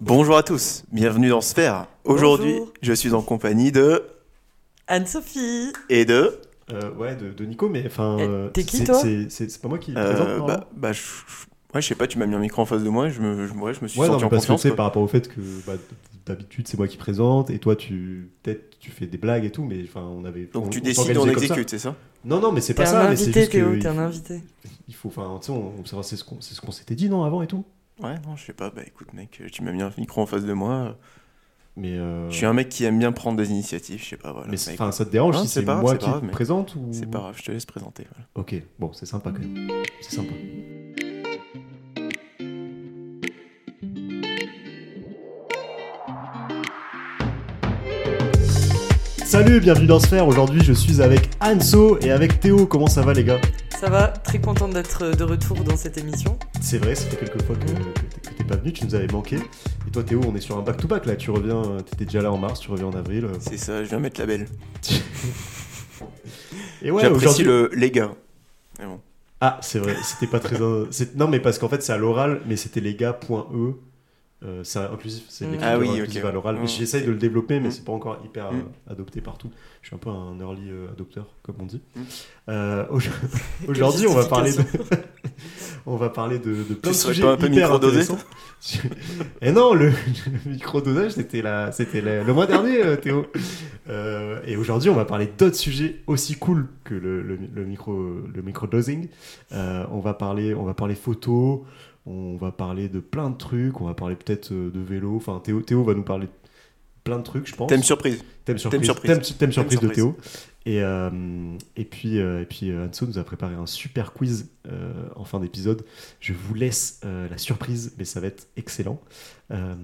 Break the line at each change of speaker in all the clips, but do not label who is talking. Bonjour à tous, bienvenue dans Sphère. Aujourd'hui,
Bonjour.
je suis en compagnie de
Anne-Sophie
et de.
Euh, ouais, de, de Nico, mais enfin.
Eh,
euh,
t'es qui,
c'est-
toi
C'est c'est- c'est pas moi qui le
euh,
présente. normalement.
bah, bah, je, je- ouais, je sais pas, tu m'as mis un micro en face de moi, je me, je, ouais, je me suis
ouais, non,
senti
mais
en
parce que tu
confiance.
sais,
quoi.
par rapport au fait que bah, d'habitude c'est moi qui présente et toi tu peut-être tu fais des blagues et tout, mais enfin on avait.
Donc
on-
tu
on
décides, on
s'organisait comme ça.
exécute, c'est ça
Non, non, mais c'est
T'es
pas
un
ça. mais c'est
invité,
juste que
Théo,
il
t'es un
faut-
invité.
Il faut, enfin, tu sais, on, on saura c'est ce qu'on c'est ce qu'on s'était dit non avant et tout.
Ouais, non, je sais pas, bah écoute, mec, tu m'as mis un micro en face de moi.
Mais. euh,
Je suis un mec qui aime bien prendre des initiatives, je sais pas, voilà.
Mais
mec,
c'est- enfin, ça te dérange
Non,
si
c'est
c'est
pas grave,
moi
c'est
qui
pas grave,
te
mais-
présente ou
c'est pas grave, je te laisse présenter. voilà.
Ok, bon, c'est sympa quand même. C'est sympa. Salut, bienvenue dans Sphère. Aujourd'hui, je suis avec Anso et avec Théo. Comment ça va, les gars
Ça va, très contente d'être de retour dans cette émission.
C'est vrai, ça fait quelques fois que, que t'es- que t'es pas venu, tu nous avais manqué. Et toi, Théo, on est sur un back-to-back là. Tu reviens, euh, t'étais déjà là en mars, tu reviens en avril. euh.
C'est ça, je viens mettre la belle.
Et ouais,
J'apprécie
aujourd'hui-
le, les gars. Mais bon.
Ah, c'est vrai, c'était pas très. un- c'est- Non, mais parce qu'en fait, c'est à l'oral, mais c'était lesgars.e. Euh, c'est inclusif, c'est
Mm.
l'écriture
Ah oui,
inclusive
ok.
à l'oral.
Mm.
J'essaye de le développer, mais
Mm.
c'est pas encore hyper euh,
Mm.
adopté partout. Je suis un peu un early euh, adopteur, comme on dit.
Mm.
Euh, au- Aujourd'hui, on va parler de. on va parler de, de plein de
serais
sujets
pas un peu
hyper
microdosé,
intéressants. Et non, le, le microdosage, c'était la- c'était la- le mois dernier, euh, Théo. Euh, et aujourd'hui, on va parler d'autres sujets aussi cool que le, le, le micro le microdosing. Euh, on va parler on va parler photo, on va parler de plein de trucs, on va parler peut-être euh, de vélo. Enfin, Théo, Théo va nous parler de plein de trucs, je pense.
Thème surprise.
Thème
Thème
surprise. Thème
surprise.
surprise, thème surprise de
surprise.
Théo. Et, euh, et puis, euh, et puis euh, Anso nous a préparé un super quiz euh, en fin d'épisode. Je vous laisse euh, la surprise, mais ça va être excellent. Euh,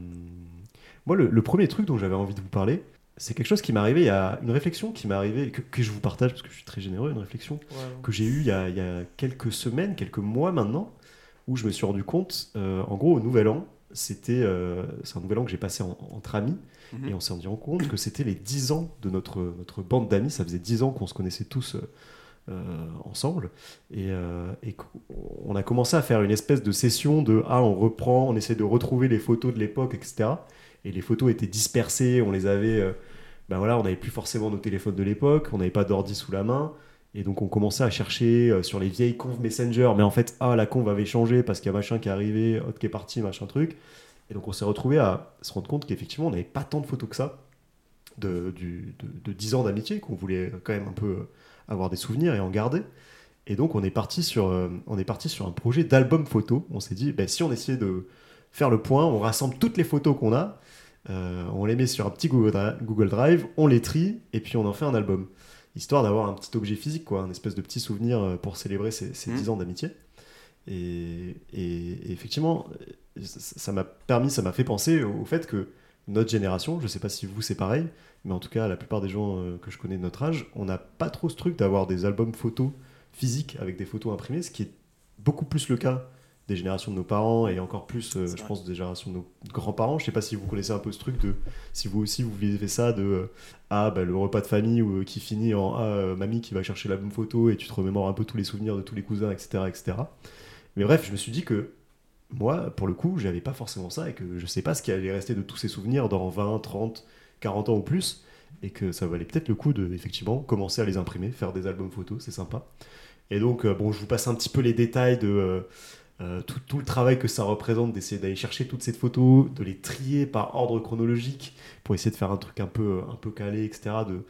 moi, le, le premier truc dont j'avais envie de vous parler, c'est quelque chose qui m'est arrivé, il y a une réflexion qui m'est arrivée, que, que je vous partage parce que je suis très généreux, une réflexion que j'ai eue il y, a, il y a quelques semaines, quelques mois maintenant, où je me suis rendu compte, euh, en gros, au Nouvel An, c'était euh, c'est un Nouvel An que j'ai passé en- entre amis.
Mhm.
Et on s'est rendu compte que c'était les 10 ans de notre, notre bande d'amis. Ça faisait 10 ans qu'on se connaissait tous euh, euh, ensemble. Et, euh, et on a commencé à faire une espèce de session de Ah, on reprend, on essaie de retrouver les photos de l'époque, etc. Et les photos étaient dispersées, on les avait. euh, ben voilà, on n'avait plus forcément nos téléphones de l'époque, on n'avait pas d'ordi sous la main. Et donc on commençait à chercher euh, sur les vieilles conves Messenger, mais en fait, ah, la conve avait changé parce qu'il y a machin qui est arrivé, autre qui est parti, machin truc. Et donc on s'est retrouvé à se rendre compte qu'effectivement, on n'avait pas tant de photos que ça de, du- de, de 10 ans d'amitié, qu'on voulait quand même un peu euh, avoir des souvenirs et en garder. Et donc on est parti sur, euh, on est parti sur un projet d'album photo. On s'est dit, ben, si on essayait de faire le point, on rassemble toutes les photos qu'on a, euh, on les met sur un petit Google, Dri- Google Drive, on les trie et puis on en fait un album. Histoire d'avoir un petit objet physique, quoi, un espèce de petit souvenir euh, pour célébrer ces, ces
Mhm.
10 ans d'amitié. Et, et- et effectivement, euh, ça- ça m'a permis, ça m'a fait penser au, au fait que notre génération, je sais pas si vous c'est pareil, mais en tout cas la plupart des gens euh, que je connais de notre âge, on n'a pas trop ce truc d'avoir des albums photos physiques avec des photos imprimées, ce qui est beaucoup plus le cas des générations de nos parents et encore plus, euh,
C'est
je
vrai.
pense, des générations de nos grands-parents. Je sais pas si vous connaissez un peu ce truc de, si vous aussi vous vivez ça de, euh, ah bah, le repas de famille ou, euh, qui finit en ah euh, mamie qui va chercher l'album photo et tu te remémores un peu tous les souvenirs de tous les cousins, etc., etc. Mais bref, je me suis dit que moi, pour le coup, j'avais pas forcément ça et que je sais pas ce qui allait rester de tous ces souvenirs dans 20, 30, 40 ans ou plus et que ça valait peut-être le coup de effectivement commencer à les imprimer, faire des albums photos, c'est sympa. Et donc euh, bon, je vous passe un petit peu les détails de euh, euh, tout, tout le travail que ça représente d'essayer d'aller chercher toutes ces photos, de les trier par ordre chronologique pour essayer de faire un truc un peu un peu calé, etc. De,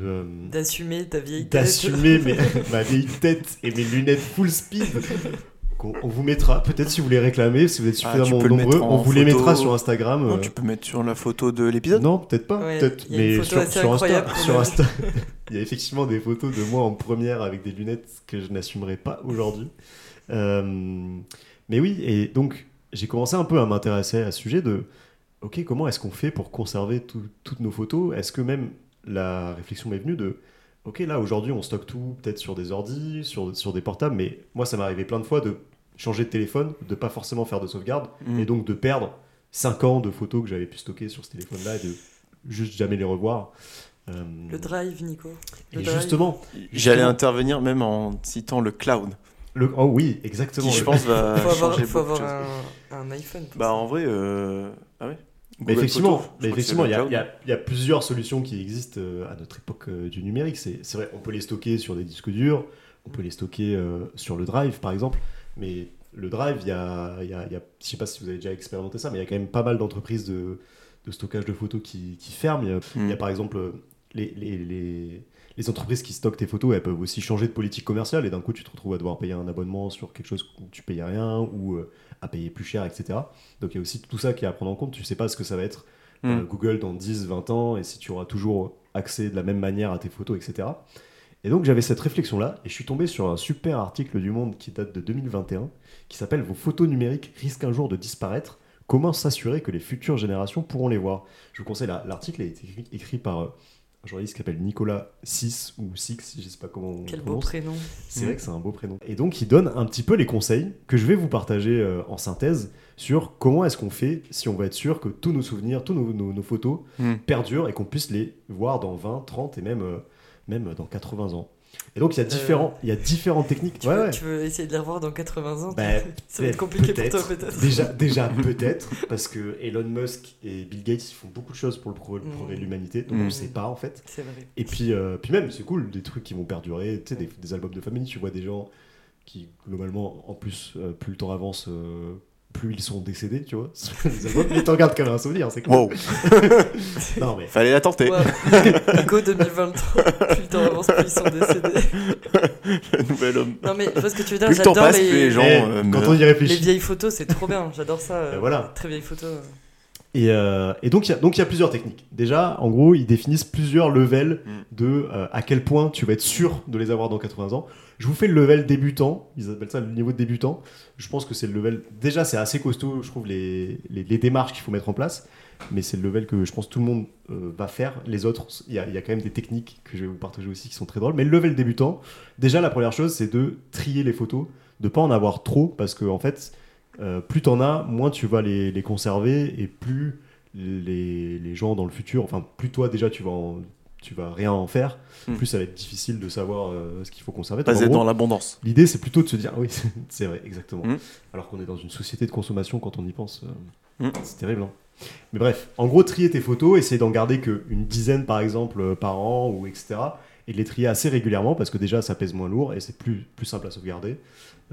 de euh,
D'assumer ta vieille tête.
d'assumer mes- ma vieille tête et mes lunettes full speed. qu'on- On vous mettra, peut-être si vous les réclamez, si vous
Ah,
êtes
tu peux
suffisamment
le
nombreux,
mettre en
on vous les
photo.
mettra sur Instagram.
Non,
euh,
tu peux mettre sur la photo de l'épisode
non, peut-être pas.
Ouais,
peut-être,
il y a une
mais
photo
sur,
assez
sur
incroyable
Insta,
quand
sur
même.
Insta, il y a effectivement des photos de moi en première avec des lunettes que je n'assumerai pas aujourd'hui. Euh, mais oui, et donc j'ai commencé un peu à m'intéresser à ce sujet de, ok, comment est-ce qu'on fait pour conserver tout- toutes nos photos Est-ce que même la réflexion m'est venue de, ok, là aujourd'hui on stocke tout peut-être sur des ordi, sur, sur des portables, mais moi ça m'est arrivé plein de fois de changer de téléphone, de pas forcément faire de sauvegarde
Mm.
et donc de perdre 5 ans de photos que j'avais pu stocker sur ce téléphone-là et de juste jamais les revoir. Euh,
Le drive, Nico. Le
et
drive.
justement,
J'allais
Justement.
intervenir même en citant le cloud,
le, oh oui, exactement.
qui je
le-
pense va
faut avoir,
changer
faut
beaucoup de
avoir
choses.
un, un iPhone. pour
Bah
ça.
en vrai, euh... ah ouais Google
Mais effectivement,
Photos, je
mais
crois que c'est
effectivement,
le
il y, a-
cloud.
il y a- il y a plusieurs solutions qui existent euh, à notre époque euh, du numérique. C'est c'est vrai, on peut les stocker sur des disques durs, on peut les stocker euh, sur le drive, par exemple. Mais le drive, il y a, il y a- il y a- je sais pas si vous avez déjà expérimenté ça, mais il y a quand même pas mal d'entreprises de, de stockage de photos qui, qui ferment. Il y a-
Mm.
il y a par exemple euh, les, les- les- les entreprises qui stockent tes photos, elles peuvent aussi changer de politique commerciale et d'un coup tu te retrouves à devoir payer un abonnement sur quelque chose où tu payes rien ou euh, à payer plus cher, etc. Donc il y a aussi tout ça qui est à prendre en compte. Tu sais pas ce que ça va être euh,
Mm.
Google dans 10, 20 ans et si tu auras toujours accès de la même manière à tes photos, etc. Et donc j'avais cette réflexion là et je suis tombé sur un super article du Monde qui date de 2021 qui s'appelle Vos photos numériques risquent un jour de disparaître. Comment s'assurer que les futures générations pourront les voir Je vous conseille la- l'article a été écrit, écrit par euh, un journaliste qui s'appelle Nicolas 6 ou Six, je sais pas comment on
Quel beau
prononce.
prénom.
C'est
Mm.
vrai que c'est un beau prénom. Et donc, il donne un petit peu les conseils que je vais vous partager euh, en synthèse sur comment est-ce qu'on fait si on veut être sûr que tous nos souvenirs, tous nos, nos- nos photos
Mm.
perdurent et qu'on puisse les voir dans 20, 30 et même, euh, même dans 80 ans. Et donc, il y a, différents, il y a différentes techniques.
Euh, Tu,
Ouais,
veux,
ouais.
tu veux essayer de les revoir dans 80 ans
Bah,
tu- Ça va être compliqué pour toi peut-être.
Déjà, déjà peut-être, parce que Elon Musk et Bill Gates ils font beaucoup de choses pour le pro- le
Mm.
progrès de l'humanité, donc on
Mm.
ne sait pas en fait.
C'est vrai.
Et puis, euh, puis même, c'est cool, des trucs qui vont perdurer, tu sais, des, des albums de famille, tu vois des gens qui, globalement, en plus, euh, plus le temps avance, euh, plus ils sont décédés, tu vois. les albums, mais t'en gardes quand même un souvenir, c'est cool.
Wow,
Non, mais
fallait la tenter.
Wow. Nico 2023, plus le temps avance, plus ils sont décédés.
Le nouvel homme.
Non mais je vois ce que tu veux dire,
Plus le temps
j'adore
passe, plus
les...
les gens
Eh,
euh,
quand
meurent.
on y
les
réfléchit.
vieilles photos, c'est trop bien, j'adore ça. euh,
Ben voilà.
Très vieilles photos. euh.
Et, euh, et donc, il y a- donc, il y a plusieurs techniques. Déjà, en gros, ils définissent plusieurs levels
Mm.
de euh, à quel point tu vas être sûr de les avoir dans 80 ans. Je vous fais le level débutant. Ils appellent ça le niveau de débutant. Je pense que c'est le level. Déjà, c'est assez costaud, je trouve, les, les, les démarches qu'il faut mettre en place. Mais c'est le level que je pense tout le monde euh, va faire. Les autres, il y, a, il y a quand même des techniques que je vais vous partager aussi qui sont très drôles. Mais le level débutant, déjà, la première chose, c'est de trier les photos, de pas en avoir trop, parce que en fait, euh, plus t'en as, moins tu vas les, les conserver et plus les, les gens dans le futur, enfin, plus toi déjà tu vas, en- tu vas rien en faire,
Hmm.
plus ça va être difficile de savoir euh, ce qu'il faut conserver. Donc,
Pas
en
être
gros,
dans l'abondance.
L'idée, c'est plutôt de se dire, ah oui, c'est- c'est vrai, exactement.
Mm.
Alors qu'on est dans une société de consommation quand on y pense. euh,
Mm.
C'est terrible, hein. Mais bref, en gros, trier tes photos, essayer d'en garder qu'une dizaine, par exemple, euh, par an, ou etc. Et de les trier assez régulièrement, parce que déjà, ça pèse moins lourd et c'est plus, plus simple à sauvegarder.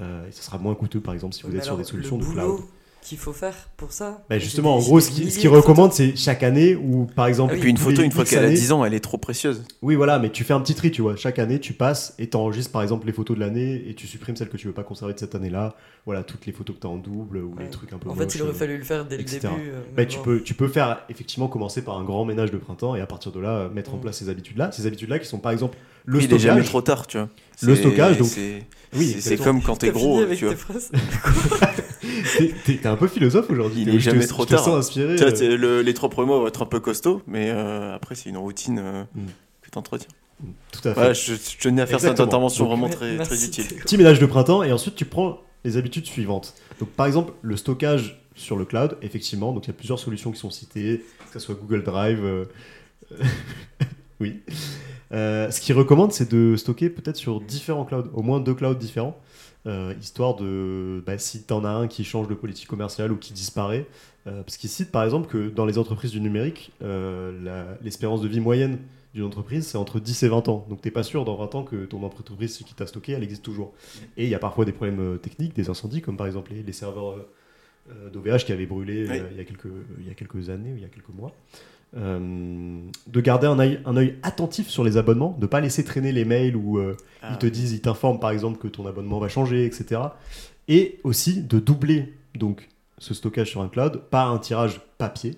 Euh, et ça sera moins coûteux, par exemple, si vous
Mais
êtes sur
alors,
des solutions
le
de cloud.
boulot qu'il faut faire pour ça.
Bah,
j'ai
justement, en
des-
gros,
j'ai
ce
des
qui- ce
milliers
qu'ils
de photos.
recommandent, c'est chaque année, ou par exemple.
Ah
Et puis une
tous
photo,
les
une fois
X
qu'elle a
années-
10 ans, elle est trop précieuse.
oui, voilà, mais tu fais un petit tri, tu vois. Chaque année, tu passes et t'enregistres par exemple les photos de l'année et tu supprimes celles que tu veux pas conserver de cette année-là. Voilà, toutes les photos que t'as en double ou
Ouais.
les trucs un peu
En fait, il
moches,
aurait
euh.
fallu le faire dès le
etc.
début. euh, mais
Bah, tu,
bon.
peux, tu peux faire effectivement commencer par un grand ménage de printemps et à partir de là euh, mettre en
Mm.
place ces habitudes-là. Ces habitudes-là qui sont par exemple le
Il est
stockage.
jamais trop tard, tu vois.
Le
C'est-
stockage, donc-
c'est-
Oui,
c'est- c'est
exactement.
comme quand t'es
T'as fini
gros,
avec
tu vois.
tes phrases.
T'es- T'es t'es un peu philosophe aujourd'hui.
Il
Théo,
est
je te-
jamais trop
je te
tard. hein.
sens inspiré.
Tu vois,
euh.
c'est le- les trois premiers mois vont être un peu costauds, mais euh, après, c'est une routine euh,
Mm.
que t'entretiens.
Tout à fait.
Voilà, je, je tenais à faire
Exactement.
cette intervention
Donc-
vraiment très,
Merci,
très utile.
Théo.
Petit ménage de printemps et ensuite tu prends les habitudes suivantes. Donc par exemple le stockage sur le cloud, effectivement, donc il y a plusieurs solutions qui sont citées, que ce soit Google Drive. euh, oui. Euh, ce qu'ils recommandent, c'est de stocker peut-être sur différents clouds, au moins deux clouds différents, euh, histoire de bah, si t'en as un qui change de politique commerciale ou qui disparaît. Euh, parce qu'ils citent par exemple que dans les entreprises du numérique, euh, la- l'espérance de vie moyenne d'une entreprise, c'est entre 10 et 20 ans. Donc t'es pas sûr dans 20 ans que ton entreprise qui t'a stocké, elle existe toujours. Et il y a parfois des problèmes euh, techniques, des incendies, comme par exemple les, les serveurs euh, euh, d'OVH qui avaient brûlé euh,
Oui.
il, y a quelques, il y a quelques années ou il y a quelques mois. Euh, de garder un œil, un œil attentif sur les abonnements, de pas laisser traîner les mails où euh,
Ah.
ils te disent, ils t'informent par exemple que ton abonnement va changer, etc. Et aussi de doubler donc ce stockage sur un cloud par un tirage papier.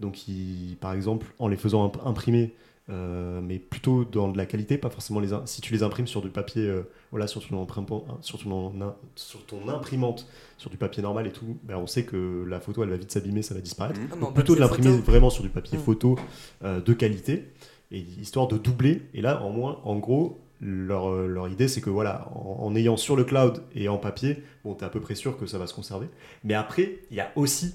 Donc, ils- par exemple, en les faisant imp- imprimer, euh, mais plutôt dans de la qualité, pas forcément les im- si tu les imprimes sur du papier, euh, voilà, sur ton, imprimpan- hein, sur, ton en- sur ton imprimante, sur du papier normal et tout, ben, on sait que la photo elle va vite s'abîmer, ça va disparaître.
Mhm.
Ah, mais en
Donc, plutôt de
papier
l'imprimer
photo.
vraiment sur du papier
Mm.
photo euh, de qualité, et histoire de doubler. Et là, en moins, en gros, leur, euh, leur idée, c'est que voilà, en, en ayant sur le cloud et en papier, bon, t'es à peu près sûr que ça va se conserver. Mais après, il y a aussi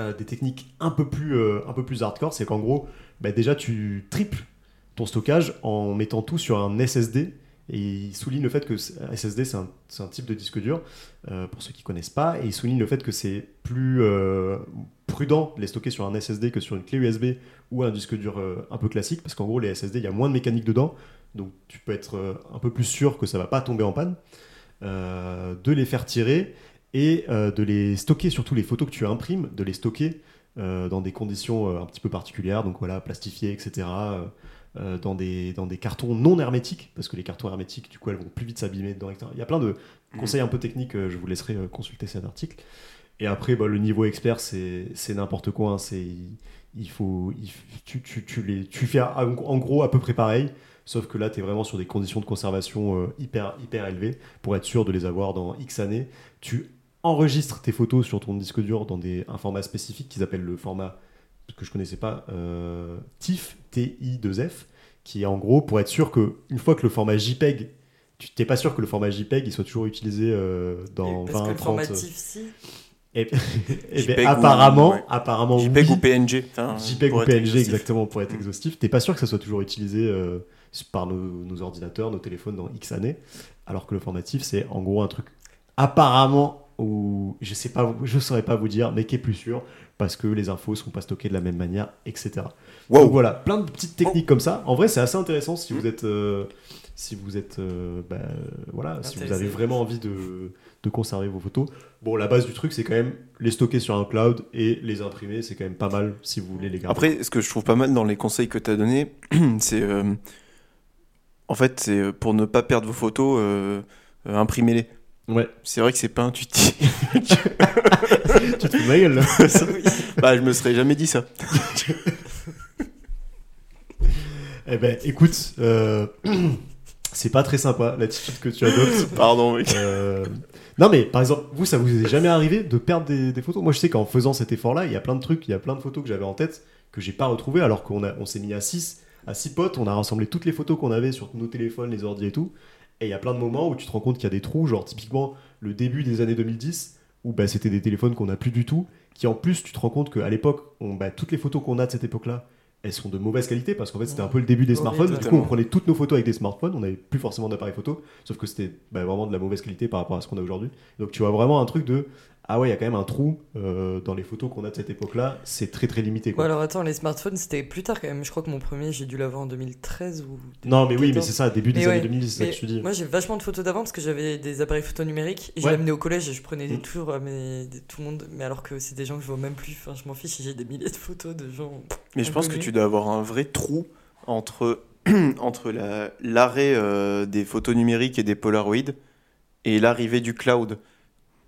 euh, des techniques un peu plus, euh, un peu plus hardcore, c'est qu'en gros, bah, déjà, tu triples ton stockage en mettant tout sur un SSD Et il souligne le fait que c'est- SSD, c'est un, c'est un type de disque dur, euh, pour ceux qui connaissent pas, et il souligne le fait que c'est plus euh, prudent de les stocker sur un SSD que sur une clé USB ou un disque dur euh, un peu classique, parce qu'en gros, les SSD, il y a moins de mécanique dedans, donc tu peux être euh, un peu plus sûr que ça va pas tomber en panne, euh, de les faire tirer et euh, de les stocker, surtout les photos que tu imprimes, de les stocker euh, dans des conditions euh, un petit peu particulières, donc voilà, plastifiées, etc. euh, euh, dans, des, dans des cartons non hermétiques, parce que les cartons hermétiques, du coup, elles vont plus vite s'abîmer dedans, etc. Il y a plein de
Mhm.
conseils un peu techniques, euh, je vous laisserai euh, consulter cet article. Et après, bah, le niveau expert, c'est c'est n'importe quoi. hein, c'est il faut, il f- tu, tu, tu les, tu fais à- en gros à peu près pareil, sauf que là, tu es vraiment sur des conditions de conservation euh, hyper, hyper élevées pour être sûr de les avoir dans X années. Tu enregistres tes photos sur ton disque dur dans des, un format spécifique qu'ils appellent le format que je connaissais pas, euh, TIFF, T-I-2-F, qui est en gros pour être sûr que une fois que le format JPEG, tu t'es pas sûr que le format JPEG il soit toujours utilisé euh, dans euh,
Et parce
20,
que le
30.
formatif, si.
Et, et
JPEG ou-
Eh ben, apparemment,
ouais.
apparemment,
JPEG
oui.
ou PNG. putain,
JPEG
hein, pour
ou
être
PNG,
exhaustif.
exactement, pour être
Mm.
exhaustif. T'es pas sûr que ça soit toujours utilisé euh, par nos, nos ordinateurs, nos téléphones dans X années, alors que le formatif, c'est en gros un truc apparemment ou je sais pas, je saurais pas vous dire, mais qui est plus sûr parce que les infos sont pas stockées de la même manière, etc. Donc
Wow.
voilà, plein de petites techniques comme ça. En vrai, c'est assez intéressant si vous êtes, euh, si vous êtes, euh, bah, euh, voilà, si vous
Intéressé.
avez vraiment envie de, de conserver vos photos. Bon, la base du truc, c'est quand même les stocker sur un cloud et les imprimer. C'est quand même pas mal si vous voulez les garder.
Après, ce que je trouve pas mal dans les conseils que tu as donnés, c'est. euh, en fait, c'est euh, pour ne pas perdre vos photos, euh, euh, imprimez-les.
ouais,
C'est vrai que c'est pas intuitif.
tu te fous de ma gueule. là.
bah, je me serais jamais dit ça.
eh ben, écoute, euh, c'est pas très sympa l'attitude que tu adoptes.
Pardon, mec.
Euh, Non mais par exemple, vous, ça vous est jamais arrivé de perdre des, des photos Moi je sais qu'en faisant cet effort-là, il y a plein de trucs, il y a plein de photos que j'avais en tête que j'ai pas retrouvées alors qu'on a- on s'est mis à 6, à 6 potes, on a rassemblé toutes les photos qu'on avait sur nos téléphones, les ordi et tout. Et il y a plein de moments où tu te rends compte qu'il y a des trous, genre typiquement le début des années 2010, où bah, c'était des téléphones qu'on n'a plus du tout, qui en plus tu te rends compte qu'à l'époque, on- bah, toutes les photos qu'on a de cette époque-là, elles sont de mauvaise qualité parce qu'en fait c'était un peu le début des
Ouais,
smartphones. Du coup on
totalement.
prenait toutes nos photos avec des smartphones, on n'avait plus forcément d'appareil photo, sauf que c'était bah, vraiment de la mauvaise qualité par rapport à ce qu'on a aujourd'hui. Donc tu vois vraiment un truc de ah ouais il y a quand même un trou euh, dans les photos qu'on a de cette époque-là, c'est très très limité.
Ou
Quoi.
alors attends, les smartphones, c'était plus tard quand même. Je crois que mon premier, j'ai dû l'avoir en 2013 ou.
Non mais oui mais
2014.
c'est ça début des
Mais
années
ouais,
2010 c'est ça
Mais
que je te dis.
Moi j'ai vachement de photos d'avant parce que j'avais des appareils photo numériques et je
Ouais.
l'amenais au collège et je prenais des
Mm.
tours à mes... des- tout le monde, mais alors que c'est des gens que je vois même plus, enfin je m'en fiche, et j'ai des milliers de photos de gens.
Mais je pense que
Inconnu.
tu dois avoir un vrai trou entre, entre la- l'arrêt euh, des photos numériques et des Polaroid et l'arrivée du cloud.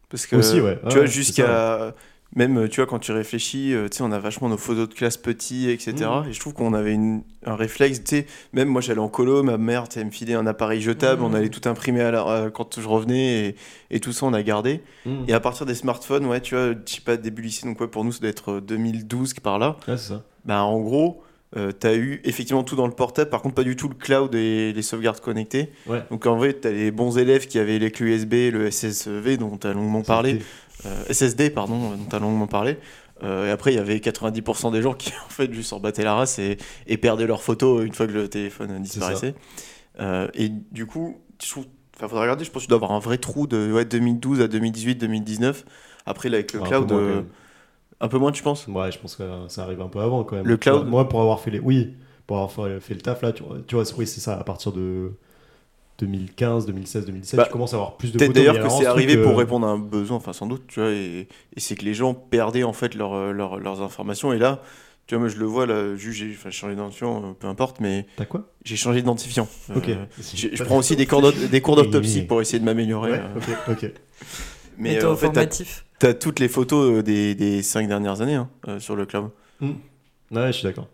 Parce que
Aussi, ouais. Ouais,
tu vois,
ouais, c'est
jusqu'à. Même, tu vois, quand tu réfléchis, euh, tu sais, on a vachement nos photos de classe petit, etc.
Mmh.
Et je trouve qu'on avait une- un réflexe, tu sais, même moi j'allais en colo, ma mère, tu sais, elle me filait un appareil jetable,
Mm.
Mmh.
on allait tout imprimer à la- à- quand je revenais, et, et tout ça, on a gardé.
Mm.
Et à partir des smartphones, ouais, tu vois, je sais pas, début lycée, donc ouais, pour nous, ça doit être euh, 2012 par là.
Ouais, c'est ça.
Bah, en gros, euh, t'as eu effectivement tout dans le portable, par contre pas du tout le cloud et les sauvegardes connectées.
Ouais.
Donc en vrai, t'as les bons élèves qui avaient les clés USB, le SSV dont t'as longuement parlé, euh, SSD pardon, dont t'as longuement parlé. Euh, et après, il y avait 90% des gens qui en fait juste en battaient la race et, et perdaient leurs photos une fois que le téléphone euh, disparaissait. Euh, et du coup, je trouve, enfin, faudrait regarder, je pense que tu dois avoir un vrai trou de ouais, 2012 à 2018, 2019. Après, là, avec le
Ouais, un peu
cloud,
moins, quand
euh,
même.
un peu moins, tu penses
Ouais, je pense que euh, ça arrive un peu avant quand même.
Le cloud-
Moi, pour avoir fait les. Oui, pour avoir fait fait le taf là, tu vois, tu vois, c'est- oui, c'est ça, à partir de 2015, 2016, 2017,
Bah,
tu commences à avoir plus de
Peut-être
photos. mais
d'ailleurs
il y a
que
vraiment
c'est
ce truc,
arrivé pour
euh,
répondre à un besoin, enfin sans doute, tu vois, et, et c'est que les gens perdaient en fait leur, euh, leur- leurs informations. Et là, tu vois, moi je le vois, là, juge, j'ai enfin, j'ai changé d'identifiant, euh, peu importe, mais
T'as quoi
j'ai changé d'identifiant. Euh,
Ok.
j'ai- je prends aussi des, cours d'au- des cours
Oui,
d'autopsie
oui.
pour essayer de m'améliorer.
Ouais,
euh,
ok, ok.
mais
Mais
euh,
toi,
en fait, t'as
formatif.
t'as toutes les photos euh, des, des cinq dernières années hein, euh, sur le cloud.
Ouais, je suis d'accord.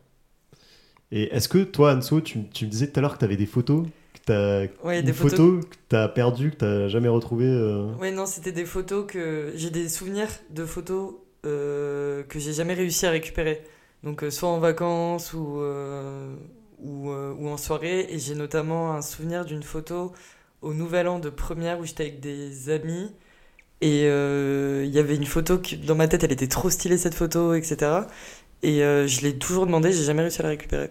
Et est-ce que toi, Anso, tu, tu me disais tout à l'heure que t'avais des photos, que t'as.
Ouais,
une
des photos.
photo que t'as perdu, que t'as jamais retrouvée euh,
Ouais, non, c'était des photos que. J'ai des souvenirs de photos euh, que j'ai jamais réussi à récupérer. Donc, euh, soit en vacances ou, euh, ou, euh, ou en soirée. Et j'ai notamment un souvenir d'une photo au Nouvel An de première où j'étais avec des amis. Et euh, il y avait une photo qui, dans ma tête, elle était trop stylée cette photo, etc. Et euh, je l'ai toujours demandé, j'ai jamais réussi à la récupérer.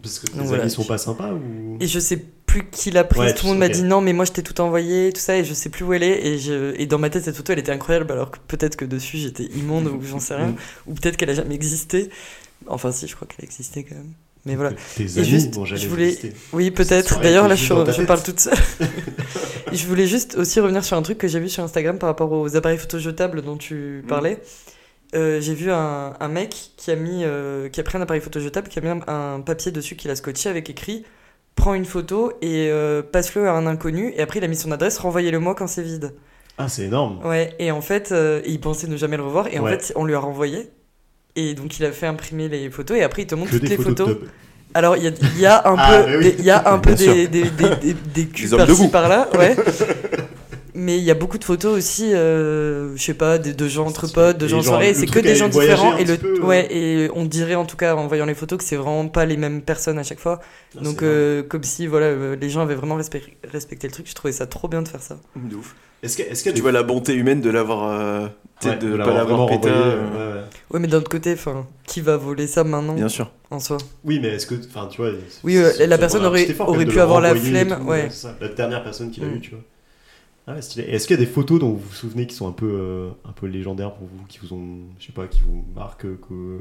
Parce que tes
Donc voilà.
amis sont pas sympas ou.
Et je sais plus qui l'a prise.
Ouais,
tout le monde m'a
ok.
dit non, mais moi je t'ai tout envoyé, tout ça, et je sais plus où elle est. Et, je- et dans ma tête, cette photo, elle était incroyable, alors que peut-être que dessus, j'étais immonde ou j'en sais rien, ou peut-être qu'elle a jamais existé. Enfin, si, je crois qu'elle existait quand même. Mais voilà.
Tes
Et
amis
juste,
vont jamais
je voulais-
exister.
Oui,
Ça
peut-être.
aurait
D'ailleurs,
été
là,
juste
je,
dans ta
je
tête.
parle toute seule. je voulais juste aussi revenir sur un truc que j'ai vu sur Instagram par rapport aux appareils photo jetables dont tu
Mm.
parlais. Euh, j'ai vu un, un mec qui a mis, euh, qui a pris un appareil photo jetable, qui a mis un, un papier dessus qu'il a scotché avec écrit "Prends une photo et euh, passe-le à un inconnu." Et après, il a mis son adresse, renvoyez-le-moi quand c'est vide.
Ah, c'est énorme.
Ouais. Et en fait, euh, il pensait ne jamais le revoir. Et en
Ouais.
fait, on lui a renvoyé. Et donc, il a fait imprimer les photos. Et après, il te montre
Que
toutes les
des photos.
photos.
de tub.
Alors, il y a, il y a un
Ah,
peu,
mais oui.
des- il y a un peu
Bien sûr.
des, des, des, des, des culs
Des hommes
par-ci
debout.
par-là, ouais. Mais il y a beaucoup de photos aussi, euh, je sais pas, de, de gens entre potes, de
Et
gens en
genre,
soirée,
le
c'est que
truc
des
à
gens
voyager
différents.
un
Et, le,
petit peu, euh.
ouais, et on dirait en tout cas en voyant les photos que c'est vraiment pas les mêmes personnes à chaque fois.
Ah,
Donc,
c'est énorme.
euh, comme si voilà, euh, les gens avaient vraiment respect- respecté le truc, je trouvais ça trop bien de faire ça.
De ouf.
Est-ce que- est-ce qu'il
Tu
y a des
vois la bonté humaine de l'avoir. euh, tu sais,
Ouais,
de
l'avoir
pas l'avoir
vraiment
pété.
renvoyé,
euh,
ouais, ouais.
Ouais, mais d'un autre côté, enfin, qui va voler ça maintenant
Bien sûr.
en soi
Oui, mais est-ce que, enfin, tu vois, c'est-
Oui, euh,
c'est-
la
ça
personne
demande un
aurait-
petit effort, quand
aurait
même, de
pu
le
avoir la
renvoyer et
flemme,
tout, euh.
ouais.
c'est ça, la dernière personne qui l'a
Mm.
eu, tu vois. Ah ouais, stylé. Et Est-ce qu'il y a des photos dont vous vous souvenez qui sont un peu, euh, un peu légendaires pour vous, qui vous ont, je sais pas, qui vous marquent, euh, que-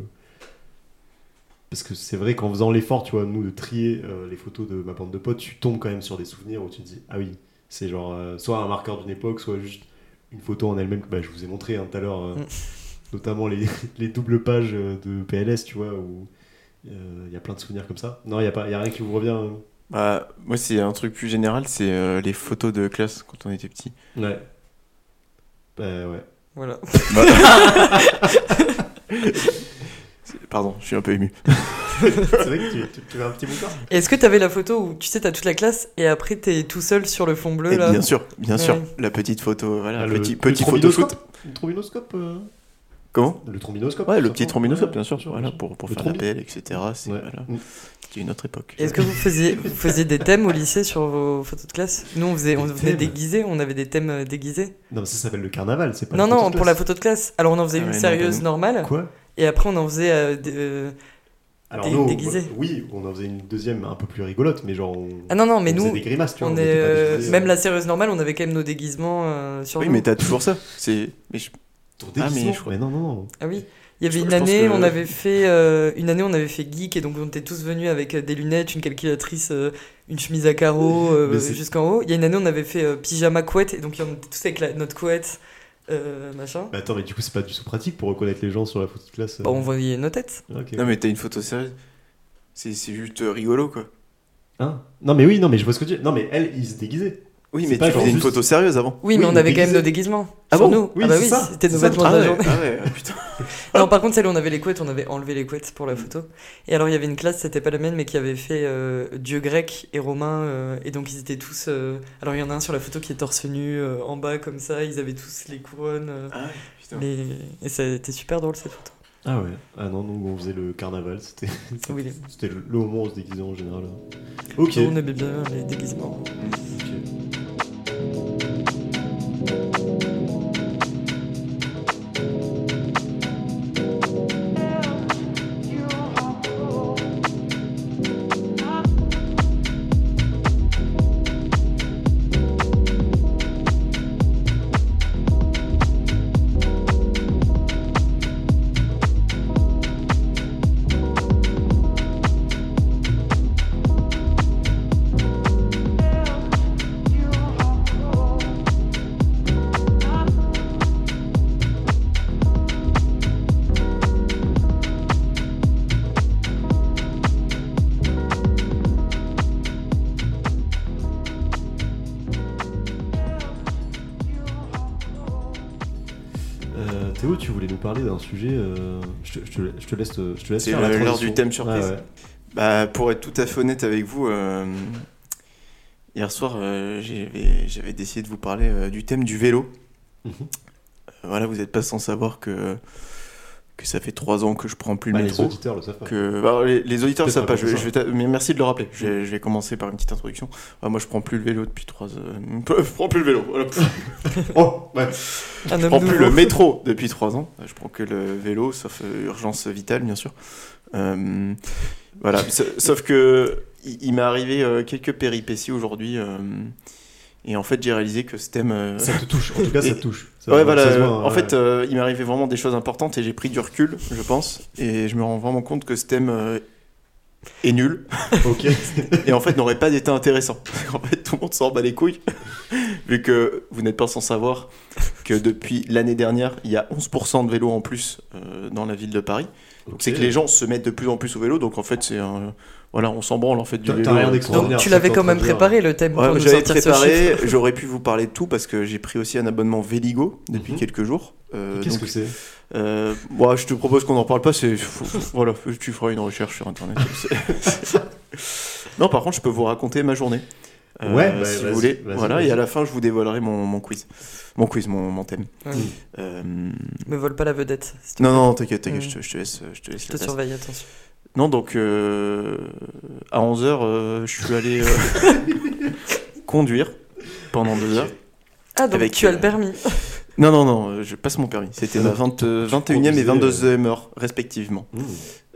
parce que c'est vrai qu'en faisant l'effort, tu vois, nous de trier euh, les photos de ma bande de potes, tu tombes quand même sur des souvenirs où tu te dis, ah oui, c'est genre euh, soit un marqueur d'une époque, soit juste une photo en elle-même que bah, je vous ai montré hein, tout à l'heure, euh,
Mm.
notamment les, les doubles pages euh, de PLS, tu vois, où euh, il y a plein de souvenirs comme ça. Non, il n'y a, pas- y a rien qui vous revient. hein.
Bah, moi, c'est un truc plus général, c'est euh, les photos de classe quand on était petit.
Ouais. Bah, ouais.
Voilà.
Pardon, je suis un peu ému.
C'est vrai que tu, tu, tu veux un petit bouquin
Est-ce que t'avais la photo où tu sais, t'as toute la classe et après t'es tout seul sur le fond bleu
Et
là
Eh bien sûr, bien sûr.
Ouais.
La petite photo, voilà,
Ah,
le
le-
petit,
le
petit
trombinoscope.
photoshoot.
Le trombinoscope euh,
Comment
Le trombinoscope
Ouais, le
tout
petit
simplement.
trombinoscope,
Ouais,
bien sûr. Voilà, pour, pour
Le
faire la
trombi-
PL, etc. C'est
Ouais.
voilà,
Mm.
c'était une autre époque.
Est-ce que vous faisiez, vous faisiez des thèmes au lycée sur vos photos de classe Nous, on, faisait, on
Des
venait
thèmes
déguisés, on avait des thèmes euh, déguisés.
Non, mais ça s'appelle le carnaval, c'est pas
non,
la photo
non,
de
pour la
classe.
photo de classe. Alors, on en faisait
Ah
une
ouais, non,
sérieuse
pas nous.
normale,
Quoi
et après, on en faisait. euh, des- euh,
Alors,
Dé-
non, bah,
déguisé.
oui, on en faisait une deuxième un peu plus rigolote, mais genre. On...
Ah non, non, mais
on faisait
nous,
des grimaces, tu vois,
on
était
est,
pas
euh,
déguisés.
même la sérieuse normale, on avait quand même nos déguisements euh, sur
Oui,
nous.
mais t'as toujours ça. C'est. mais je-
Ton
Ah, mais
déguisement.
je crois-
mais non, non, non.
Ah oui. Il y avait
Je-
une
je pense
année,
que-
on avait fait euh, une année, on avait fait geek et donc on était tous venus avec euh, des lunettes, une calculatrice, euh, une chemise à carreaux euh,
Mais c'est-
jusqu'en haut. Il y a une année, on avait fait euh, pyjama couette et donc on était tous avec la- notre couette, euh, machin.
Mais Bah, attends, mais du coup, c'est pas du tout pratique pour reconnaître les gens sur la photo de classe. euh. Ah,
Bah, on voyait nos têtes.
Ok.
Non, mais t'as une photo sérieuse. C'est c'est juste euh, rigolo, quoi.
Hein non, mais oui, non, mais je vois ce que tu dis. Non, mais elle, il se déguisait.
Oui,
C'est
mais
pas
tu
genre
faisais une
juste-
photo sérieuse avant.
Oui,
Oui,
mais on
mais
avait quand même
déguisé.
nos déguisements.
Ah
sur
bon
nous.
Oui,
ah bah
c'est
oui,
ça.
c'était nos
C'est ça.
vêtements de
ah,
la
ouais,
journée.
ah ouais, ah putain.
Non, par contre, celle où on avait les couettes, on avait enlevé les couettes pour la
Mm.
photo. Et alors, il y avait une classe, c'était pas la mienne, mais qui avait fait euh, dieu grec et romain. euh, et donc, ils étaient tous. euh, alors, il y en a un sur la photo qui est torse nu euh, en bas, comme ça. Ils avaient tous les couronnes. euh,
Ah ouais, putain.
les- Et ça a été super drôle cette photo.
Ah ouais. Ah non, nous, on faisait le carnaval. C'était
Mm.
Oui, les-
c'était le le moment où on se déguisait en général. Ok.
on aimait bien les déguisements.
Ok. Euh, Théo, tu voulais nous parler d'un sujet. euh, je, te, je te- je te laisse. te- Je te laisse
C'est
faire la
l'heure
transition.
du thème surprise.
Ouais, ouais.
Bah, pour être tout à fait honnête avec vous, euh, hier soir, euh, j'avais j'avais décidé de vous parler euh, du thème du vélo.
Mhm.
Euh, Voilà, vous n'êtes pas sans savoir que, que ça fait trois ans que je prends plus le
Bah, les
métro.
auditeurs le savent pas.
Que, bah, les, les auditeurs ne
Peut-être
savent
pas
pas, je,
pour
vais-
ça.
je vais t'a- mais merci de le rappeler. Je, vais- je vais commencer par une petite introduction. Ah, moi, je prends plus le vélo depuis trois ans. Je prends plus le vélo, voilà.
Oh, ouais.
Un
Je
homme
prends plus
nouveau.
le métro depuis trois ans. Je prends que le vélo, sauf euh, urgence vitale, bien sûr. Euh, voilà. sa- sauf que il, il m'est arrivé euh, quelques péripéties aujourd'hui. euh, et en fait, j'ai réalisé que ce thème. euh,
Ça te touche, en tout cas, ça te touche. Ça-
ouais,
ça
voilà.
se voit, hein,
en
ouais.
fait, euh, il m'est arrivé vraiment des choses importantes et j'ai pris du recul, je pense. Et je me rends vraiment compte que ce thème euh, est nul.
euh, ok.
et en fait n'aurait pas été intéressant. En fait, tout le monde s'en bat les couilles, vu que vous n'êtes pas sans savoir que depuis l'année dernière, il y a 11% de vélos en plus euh, dans la ville de Paris. Donc c'est que les gens se mettent de plus en plus au vélo, donc en fait c'est un... Voilà, on s'en branle en fait du
T'as-
vélo.
t'as rien
Donc
d'extraordinaire.
tu
ça,
l'avais
t'es en
quand
train
même
de dire.
préparé le thème pour
Ouais,
nous
J'avais
sortir ce chiffre.
préparé, j'aurais pu vous parler de tout parce que j'ai pris aussi un abonnement Véligo depuis
Mhm.
quelques jours. Euh,
Qu'est-ce
donc,
que c'est
euh, moi, je te propose qu'on n'en parle pas. C'est faut- faut- voilà, tu feras une recherche sur internet. C'est- non, par contre, je peux vous raconter ma journée. Euh,
Ouais, bah,
si
vas-y,
vous voulez.
vas-y,
voilà,
vas-y.
et à la fin, je vous dévoilerai mon, mon quiz, mon quiz, mon, mon thème.
Ouais.
Euh,
Me vole pas la vedette. s'il te
Non, non, t'inquiète, t'inquiète,
Mm.
je, te, je te laisse, je te
plaît.
laisse
Je
la
te
place.
surveille, attention.
Non, donc euh, à 11h, je suis allé euh, conduire pendant deux heures.
Ah, donc
Avec,
tu as le
euh,
permis.
Non, non, non, euh, je passe mon permis. C'était
Ah,
ma
donc,
20 21e et
conduisais,
22e heure, respectivement,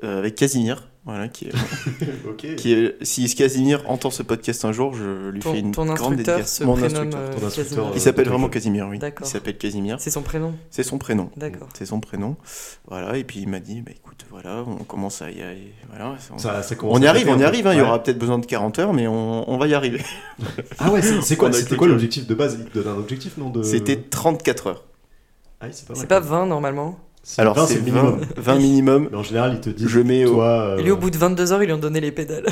Euh, avec Casimir, voilà, qui est
Ok.
qui est- si ce Casimir entend ce podcast un jour, je lui fais
Ton,
une
ton
grande
instructeur
dédicace.
se
Mon
prénomme
instructeur.
euh,
Ton instructeur,
Casimir.
euh,
Il s'appelle
Patrick.
vraiment Casimir, oui.
D'accord.
Il s'appelle Casimir.
C'est son prénom.
C'est son prénom.
D'accord.
C'est son prénom. Voilà. Et puis il m'a dit, bah, écoute, voilà, on commence à y aller. Voilà. on-
Ça- ça commence
On y
à
arrive, on
taper
y
un peu.
arrive, hein, il y
Ouais.
aura peut-être besoin de 40 heures, mais on, on va y arriver.
Ah ouais, c'est- c'est quoi,
On a
c'était
cliqué.
quoi l'objectif de base Il te donne un objectif, non de...
C'était 34 heures.
Ah oui, c'est pas
C'est
mal.
pas 20 normalement.
C'est
Alors
20,
c'est
c'est le minimum.
20, 20 minimum.
Mais en général, il te dit.
Je mets au...
Toi, euh,
Et lui, au bout de 22 heures, ils lui ont donné les pédales.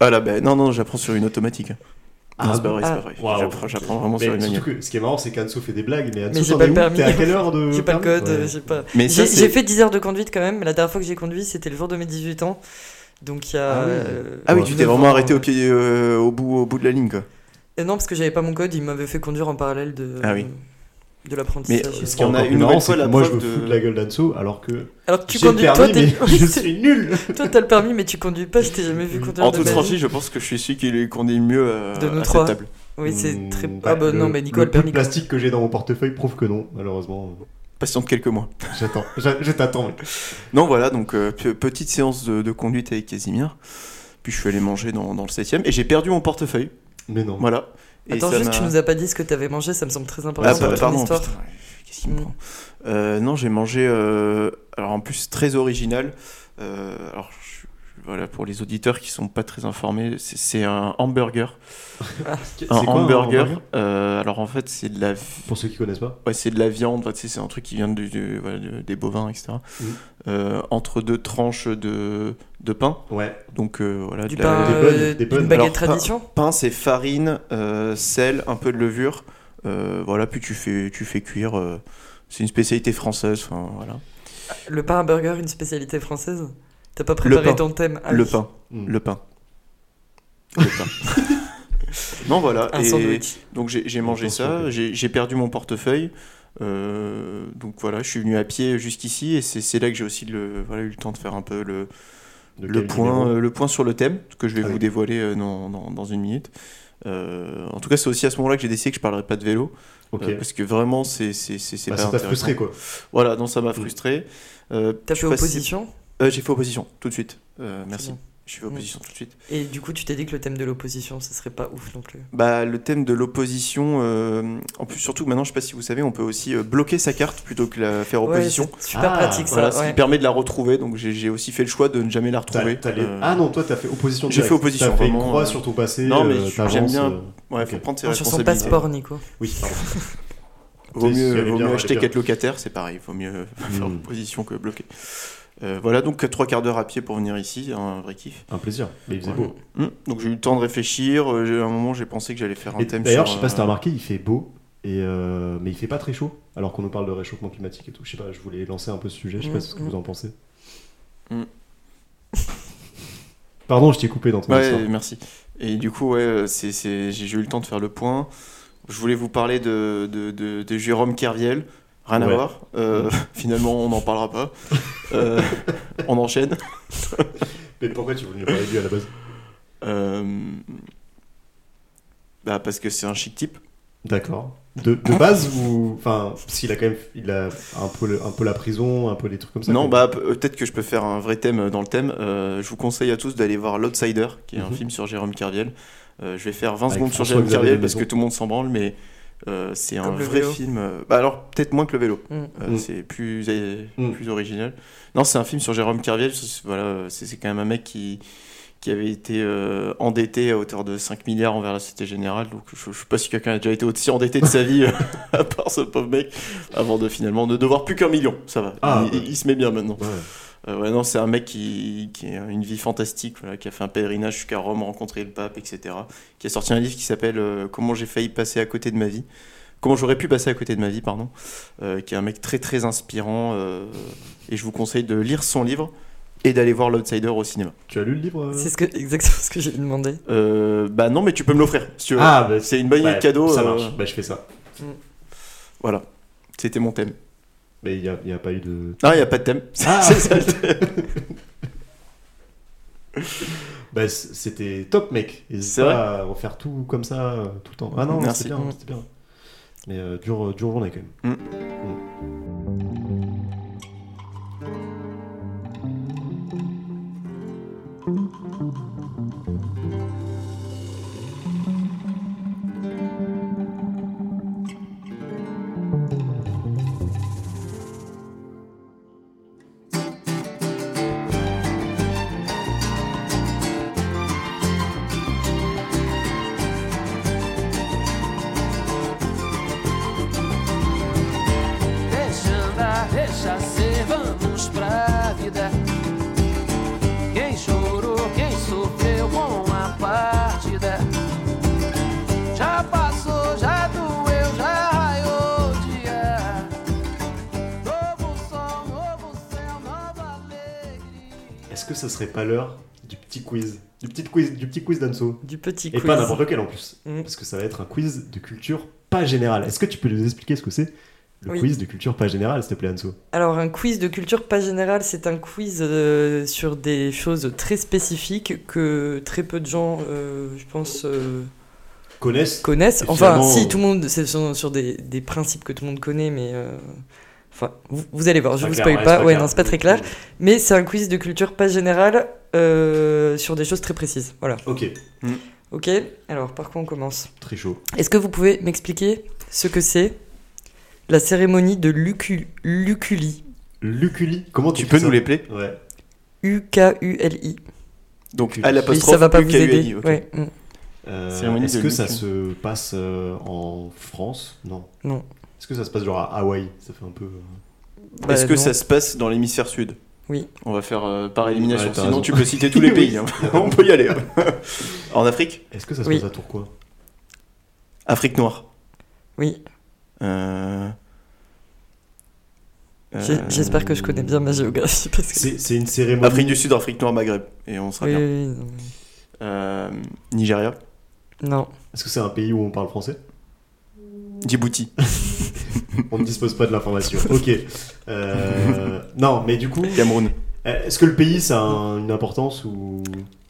Ah là, ben non, non, j'apprends sur une automatique. hein.
Ah,
non, c'est pas vrai, c'est
ah,
pas vrai.
waouh.
J'apprends, j'apprends vraiment
mais
sur une
surtout
manière.
que ce qui est marrant, c'est qu'Anso fait des blagues, mais Anso,
Mais j'ai
t'en
pas
es
le
où
permis.
T'es à quelle heure de.
J'ai pas le
permis
code,
Ouais.
j'ai pas.
Mais ça,
J'ai
c'est-
j'ai fait 10 heures de conduite quand même. La dernière fois que j'ai conduit, c'était le jour de mes 18 ans. Donc il y a.
Ah oui.
euh,
Ah oui,
Ouais.
tu t'es vraiment arrêté au, pied, euh, au, bout, au bout de la ligne, quoi.
Et non, parce que j'avais pas mon code, il m'avait fait conduire en parallèle de,
Ah oui.
de l'apprentissage.
Mais-
Ce qui est
On a
encore
une
plus marrant,
nouvelle
c'est
fois
que
la
moi je veux
preuve de-
foutre la gueule d'Anso, alors que
Alors que tu
j'ai le
conduis,
permis,
toi, t'es-
mais je suis nul.
toi, t'as le permis, mais tu conduis pas, je t'ai jamais vu conduire.
En
de
toute
ma vie.
franchise, je pense que je suis celui qui les conduit mieux euh,
De nous
à
trois.
cette table.
Oui, c'est
Hmm,
très.
ouais,
Ah bah
le-
non, mais Nico, a
Le
le
peu de
permis. quand
plastique que j'ai dans mon portefeuille prouve que non, malheureusement.
Patiente quelques mois.
J'attends, j'a- je t'attends. mec.
Non, voilà, donc euh, pe- petite séance de, de conduite avec Casimir. Puis je suis allé manger dans, dans le 7ème et j'ai perdu mon portefeuille.
Mais non.
Voilà. Et
Attends,
ça
juste,
m'a-
tu nous as pas dit ce que t'avais mangé, ça me semble très important
Ah,
pour
bah,
ton
pardon,
histoire.
putain, qu'est-ce qu'il me
Mm.
prend Euh, Non, j'ai mangé. euh, alors en plus, très original. Euh, alors, je- voilà, pour les auditeurs qui sont pas très informés, c'est- c'est un hamburger.
C'est
Un
quoi,
hamburger. euh, alors en fait, c'est de la
Pour ceux qui connaissent pas.
Ouais, c'est de la viande, ouais, tu sais, c'est un truc qui vient du- du- voilà, du- des bovins, etc.
Oui.
Euh, entre deux tranches de, de pain.
Ouais.
Donc euh, voilà,
Du
de la-
pain,
Des
euh,
bonnes, des
d'une
bonnes.
baguette
Alors, pas-
tradition
pain, c'est farine, euh, sel, un peu de levure. Euh, voilà, puis tu fais, tu fais cuire. euh, c'est une spécialité française. enfin, voilà.
Le pain à burger, une spécialité française T'as pas
pain.
préparé ton thème Ah
Le
oui.
pain,
Mm.
le pain. Le pain. non, voilà.
Un
et-
sandwich.
Donc j'ai j'ai mangé
Attention,
ça,
oui.
j'ai j'ai perdu mon portefeuille. Euh, donc voilà, je suis venu à pied jusqu'ici et c'est c'est là que j'ai aussi le, voilà, eu le temps de faire un peu le,
De
le
quel
point,
numéro
euh, le point sur le thème, que je vais
Ah
vous
oui.
dévoiler euh, dans, dans- dans une minute. Euh, en tout cas, c'est aussi à ce moment-là que j'ai décidé que je parlerai pas de vélo,
Ok.
euh, parce que vraiment, c'est c'est- c'est- c'est
Bah,
pas
ça t'a
intéressant.
frustré quoi. Mm.
Voilà, non, ça m'a frustré. Euh,
T'as
je
fait
sais pas si-
opposition
Euh, J'ai fait opposition, tout de suite. Euh, merci.
bon. Mm.
J'ai fait opposition tout de suite.
Et du coup, tu t'es dit que le thème de l'opposition, ça serait pas ouf non plus.
Bah, le thème de l'opposition, euh, en plus, surtout que maintenant, je sais pas si vous savez, on peut aussi euh, bloquer sa carte plutôt que la faire opposition.
Ouais, c'est super
Ah,
pratique ça.
Voilà, ce
ouais.
qui permet de la retrouver. Donc j'ai j'ai aussi fait le choix de ne jamais la
T'as-
retrouver.
t'as les-
Euh,
Ah non, toi t'as fait opposition.
J'ai
directe.
fait opposition,
T'as fait une
vraiment,
croix
euh,
sur ton passé.
non, mais
euh,
je-
t'avances,
j'aime bien-
euh,
Ouais, faut
ok.
prendre ses
Ah, sur son
responsabilités.
passeport, Nico.
Oui. pardon.
Vaut
Si, si,
mieux,
elle est
vaut
bien,
mieux
elle est
acheter
bien.
4 locataires, c'est pareil. Vaut mieux faire
Mm.
opposition que bloquer. Euh, voilà, donc trois quarts d'heure à pied pour venir ici, un vrai kiff.
Un plaisir. Mais il faisait
Ouais.
beau.
Mm. Donc j'ai eu le temps de réfléchir. euh, j'ai- À un moment, j'ai pensé que j'allais faire un
Et
thème.
D'ailleurs, je
sur,
sais pas si t'as
euh,
remarqué, il fait beau. Et euh, mais il fait pas très chaud, alors qu'on nous parle de réchauffement climatique et tout. Je sais pas, je voulais lancer un peu ce sujet, je sais pas
Mm,
ce que
mm.
vous en pensez.
Mm.
Pardon, je t'ai coupé dans ton histoire.
Ouais, merci. Et du coup, ouais, euh, c'est- c'est- j'ai j'ai eu le temps de faire le point. Je voulais vous parler de, de, de- de Jérôme Kerviel. Rien
Ouais. Mm.
à voir. Euh, finalement, on n'en parlera pas. Euh, on enchaîne.
Mais pourquoi tu voulais nous parler de lui à la base
Euh, bah, parce que c'est un chic type.
D'accord. De, de base, vous. Enfin, s'il a quand même il a un, peu le- un peu la prison, un peu des trucs comme ça.
Non, bah
quoi.
pe- peut-être que je peux faire un vrai thème dans le thème. Euh, je vous conseille à tous d'aller voir L'Outsider, qui est un
Mhm.
film sur Jérôme Carviel. Euh, je vais faire 20
Avec
secondes sur
François
Jérôme
Xavier
Carviel
de
parce que
Maison.
tout le monde s'en branle, mais euh, c'est un
Comme le
vrai
vélo.
film. euh, Bah alors peut-être moins que le vélo.
Mm.
Euh,
Mm.
C'est plus euh,
Mm.
plus original. Non, c'est un film sur Jérôme Carviel. c'est- Voilà, euh, c'est c'est quand même un mec qui qui avait été euh, endetté à hauteur de 5 milliards envers la Société Générale. Donc je, je sais pas si quelqu'un a déjà été aussi endetté de sa vie, euh, à part ce pauvre mec, avant de finalement ne devoir plus qu'un million. Ça va,
Ah,
il-
ouais.
il se met bien maintenant.
Ouais.
Euh, ouais, non, c'est un mec qui, qui a une vie fantastique, voilà, qui a fait un pèlerinage jusqu'à Rome, rencontrer le pape, etc. Qui a sorti un livre qui s'appelle euh, Comment j'ai failli passer à côté de ma vie. Comment j'aurais pu passer à côté de ma vie, pardon. Euh, qui est un mec très très inspirant. euh, et je vous conseille de lire son livre et d'aller voir L'Outsider au cinéma.
Tu as lu le livre euh
C'est ce que, exactement ce que j'ai demandé.
Euh, bah non, mais tu peux me l'offrir si tu veux.
Ah, bah,
c'est une bonne idée
bah,
de cadeau.
Ça
euh,
marche. Bah, je fais ça.
Voilà. C'était mon thème.
Mais il n'y a, il y a pas eu de.
Ah, il n'y a pas de thème. C'est
Ah.
c'est ça le thème.
Bah, c- c'était top, mec. N'hésite
C'est
pas à refaire tout comme ça euh, tout le temps. Ah non,
Merci.
c'était bien,
Mm.
c'était bien. Mais euh, dure, dure journée quand même.
Deixa andar, deixa ser, vamos pra vida. Quem chorou, quem sofreu com a partida. Já passou, já doeu, já raiou o dia. Novo sol, novo céu, nova alegria.
Est-ce que ça serait pas l'heure du petit quiz Du petit quiz, du petit quiz d'Anso
Du petit
Et
quiz.
pas n'importe lequel en plus.
Mm.
Parce que ça va être un quiz de culture pas générale. Est-ce que tu peux nous expliquer ce que c'est le
Oui.
quiz de culture pas générale, s'il te plaît, Anso
Alors, un quiz de culture pas générale, c'est un quiz euh, sur des choses très spécifiques que très peu de gens, euh, je pense, euh,
Connaissent
connaissent.
Et
Enfin,
finalement,
si,
euh,
tout le monde, c'est sur, sur des, des principes que tout le monde connaît, mais. euh, Enfin, vous, vous allez voir, je
Pas
vous
clair,
spoil
ouais,
pas. Ouais,
c'est clair. Mm.
non, c'est pas très clair. Mais c'est un quiz de culture pas générale euh, sur des choses très précises. Voilà.
Ok,
Ok Alors, par quoi on commence
très chaud.
Est-ce que vous pouvez m'expliquer ce que c'est la cérémonie de Lucu- Luculi
Luculi, comment tu
Tu peux
fais
nous
ça
les plaît
Ouais.
U-K-U-L-i.
Donc,
Luculi.
à
Mais
l'apostrophe.
ça va pas vous
UKULI,
aider.
ok.
Ouais, mm.
Euh,
Cérémonie
Est-ce
de
que ça
Luculi.
se passe euh, en France Non.
Non.
Est-ce que ça se passe genre à Hawaï Ça fait un peu. euh,
Bah,
Est-ce que
non.
ça se passe dans l'hémisphère sud
Oui.
On va faire euh, par
Ouais,
élimination.
t'as
Sinon,
raison.
tu peux citer tous les pays. hein. On peut y aller. hein. en Afrique
Est-ce que ça se
Oui.
passe à Tourcoing
Afrique noire.
Oui,
Euh,
j'ai-
euh,
j'espère que je connais bien ma géographie. Parce que...
C'est c'est une cérémonie.
Afrique du Sud, Afrique noire, Maghreb. Et on sera
Oui,
bien.
oui, oui, non, mais-
Euh, Nigeria.
Non,
Est-ce que c'est un pays où on parle français
Djibouti.
On ne dispose pas de l'information. Ok. Euh, non, mais du coup,
Cameroun.
euh, est-ce que le pays ça a un- une importance ou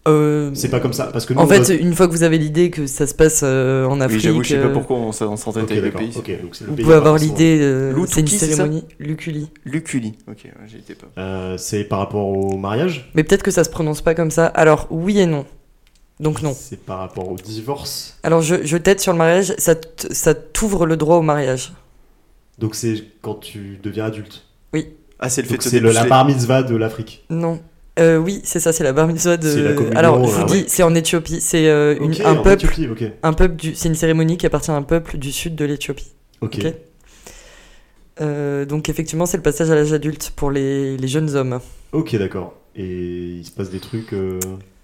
Euh,
c'est pas comme ça Parce que nous, euh,
en
on
fait,
va-
une fois que vous avez l'idée que ça se passe euh, en
Oui,
Afrique,
j'avoue, je sais
euh,
pas pourquoi on s'en- on s'entête
Ok,
avec les
d'accord.
pays.
Ok, donc c'est le
vous
pays
pouvez
pas
avoir
forcément-
l'idée. euh,
Lutuki,
c'est une
c'est ça
cérémonie Luculi.
Luculi. Ok, ouais, j'y étais pas.
Euh, c'est par rapport au mariage
Mais peut-être que ça se prononce pas comme ça. Alors oui et non. Donc non.
C'est par rapport au divorce
Alors je, je tête sur le mariage. Ça t- ça t'ouvre le droit au mariage.
Donc c'est quand tu deviens adulte.
Ah, c'est le fait
Donc
de se
c'est le- la
dépuceler.
bar mitzvah de l'Afrique.
Non. Euh, oui, c'est ça, c'est la bar mitzvah de.
C'est la communion,
Alors, je
euh,
vous
ouais.
dis, c'est en Éthiopie. C'est euh, une-
Ok,
un
en
peuple,
Éthiopie, ok.
un peuple du. C'est une cérémonie qui appartient à un peuple du sud de l'Éthiopie.
Ok.
Ok. Euh, donc effectivement, c'est le passage à l'âge adulte pour les, les jeunes hommes.
Ok, d'accord. Et il se passe des trucs euh,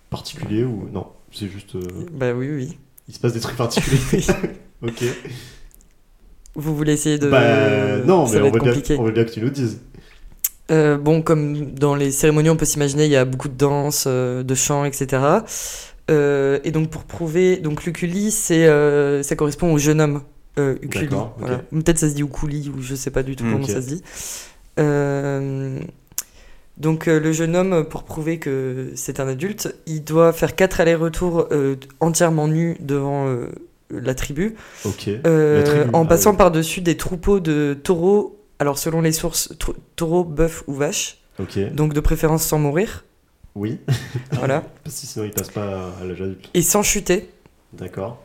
particuliers ou non C'est juste euh,
Bah oui, oui.
il se passe des trucs particuliers. ok.
Vous voulez essayer de.
bah non,
ça
mais
va
on
être
veut,
compliqué.
bien, on veut bien que tu nous dises.
Euh, bon, comme dans les cérémonies, on peut s'imaginer, il y a beaucoup de danse, euh, de chant, etc. Euh, et donc pour prouver, donc l'ukuli, c'est, euh, ça correspond au jeune homme euh, ukuli.
D'accord, ok. Hmm,
voilà. Ou Peut-être ça se dit ukuli ou je sais pas du tout
Mm,
comment
ok.
ça se dit. Euh, donc euh, le jeune homme, pour prouver que c'est un adulte, il doit faire quatre allers-retours euh, entièrement nus devant euh, la tribu,
Ok.
euh,
La tribu,
en
ah
passant
oui.
par-dessus des troupeaux de taureaux, alors selon les sources, tr- taureaux, bœufs ou vaches,
Ok.
donc de préférence sans mourir,
Ah Oui.
voilà,
Parce que sinon, il passe pas à l'âge adulte.
et sans chuter.
D'accord.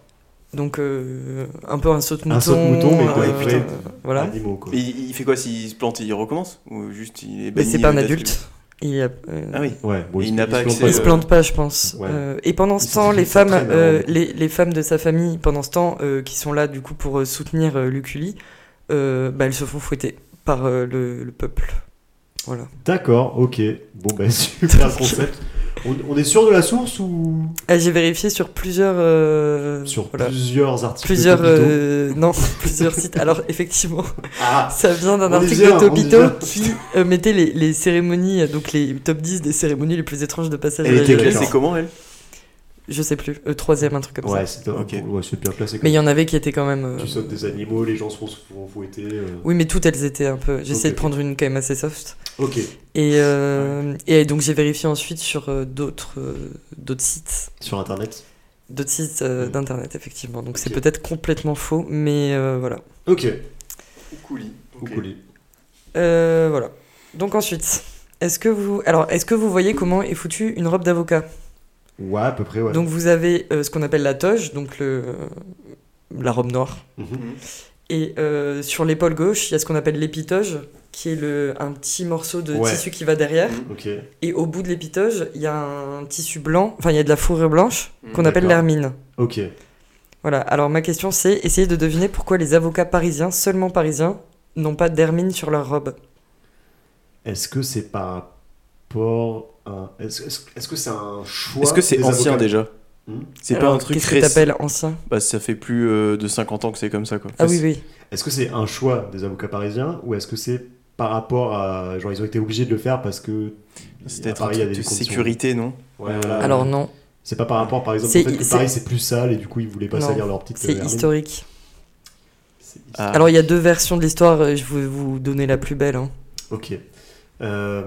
Donc euh, un peu un saut de mouton.
Un saute-mouton, mais Ah,
quoi,
euh,
ouais.
voilà.
Animaux, quoi.
Mais il, il fait quoi s'il se plante Il recommence Ou juste il est
Mais
banni
c'est pas
de
un
la
adulte. Il, y a, euh,
tribu Ah oui.
Ouais, bon,
Et
se-
il n'a
se
pas
plante
accès,
Il
Et,
se
euh,
plante pas, je pense.
ouais.
Euh, et pendant ce
Ils
temps,
sont-
les
ils sont
femmes,
très malheureux.
euh, les, les femmes de sa famille, pendant ce temps, euh, qui sont là du coup pour euh, soutenir euh, Luculi, euh, bah, elles se font fouetter par euh, le, le peuple. Voilà.
D'accord, ok. Bon, ben, super concept. On, on est sûr de la source ou
Ah, J'ai vérifié sur plusieurs. euh,
sur
voilà.
plusieurs articles
Plusieurs,
capitaux
euh, non, plusieurs sites. Alors effectivement,
Ah,
ça vient d'un
On y
article
vient,
de
on y
Topito
vient.
qui euh, mettait les, les cérémonies, euh, donc les top 10 des cérémonies les plus étranges de passage.
Elle
de la
était
jeunesse.
classée comment elle
Je sais plus, euh, troisième, un truc comme
ouais,
ça.
c'est
Ok.
ouais, c'est bien classé.
Mais il y en avait qui étaient quand même. euh,
Tu sautes des animaux, les gens se font, se font fouetter. euh.
Oui, mais toutes elles étaient un peu. J'essayais
Ok.
de prendre une quand même assez soft.
Ok,
Et, euh, et donc j'ai vérifié ensuite sur euh, d'autres euh, d'autres sites,
sur internet.
d'autres sites euh,
Mm.
d'internet effectivement. Donc c'est
Ok.
peut-être complètement faux, mais euh, voilà.
Ok,
Oukuli.
au colis.
Euh, voilà. Donc ensuite, est-ce que vous alors est-ce que vous voyez comment est foutue une robe d'avocat
Ouais, à peu près, ouais.
Donc vous avez euh, ce qu'on appelle la toge, donc le euh, la robe noire.
Mhm.
Et euh, sur l'épaule gauche, il y a ce qu'on appelle l'épitoge, qui est le un petit morceau de
Ouais.
tissu qui va derrière.
Ok,
Et au bout de l'épitoge, il y a un tissu blanc, enfin il y a de la fourrure blanche qu'on appelle
D'accord.
l'hermine.
ok.
Voilà, alors ma question c'est essayer de deviner pourquoi les avocats parisiens, seulement parisiens, n'ont pas d'hermine sur leur robe.
Est-ce que c'est par rapport à. Est-ce est-ce- est-ce que c'est un choix
Est-ce que c'est
des
ancien
avocats
déjà
Hmm
C'est pas
Alors,
un truc
Qu'est-ce que
récent.
t'appelles ancien
Bah, ça fait plus euh, de 50 ans que c'est comme ça quoi.
Ah
Parce-
oui, oui.
Est-ce que c'est un choix des avocats parisiens ou est-ce que c'est par rapport à. Genre, ils ont été obligés de le faire parce que.
C'est
à
peut-être un
Paris, il y a
truc de
des conditions.
sécurité non
Ouais, voilà.
Alors non,
C'est pas par rapport, par exemple,
C'est-
au fait que
c'est-
Paris c'est plus sale et du coup ils voulaient pas
Non,
salir leur petite.
c'est
euh, hermine.
historique.
C'est-
Ah.
Alors il y a deux versions de l'histoire, euh, je vais vous donner la plus belle. hein.
Ok. Euh,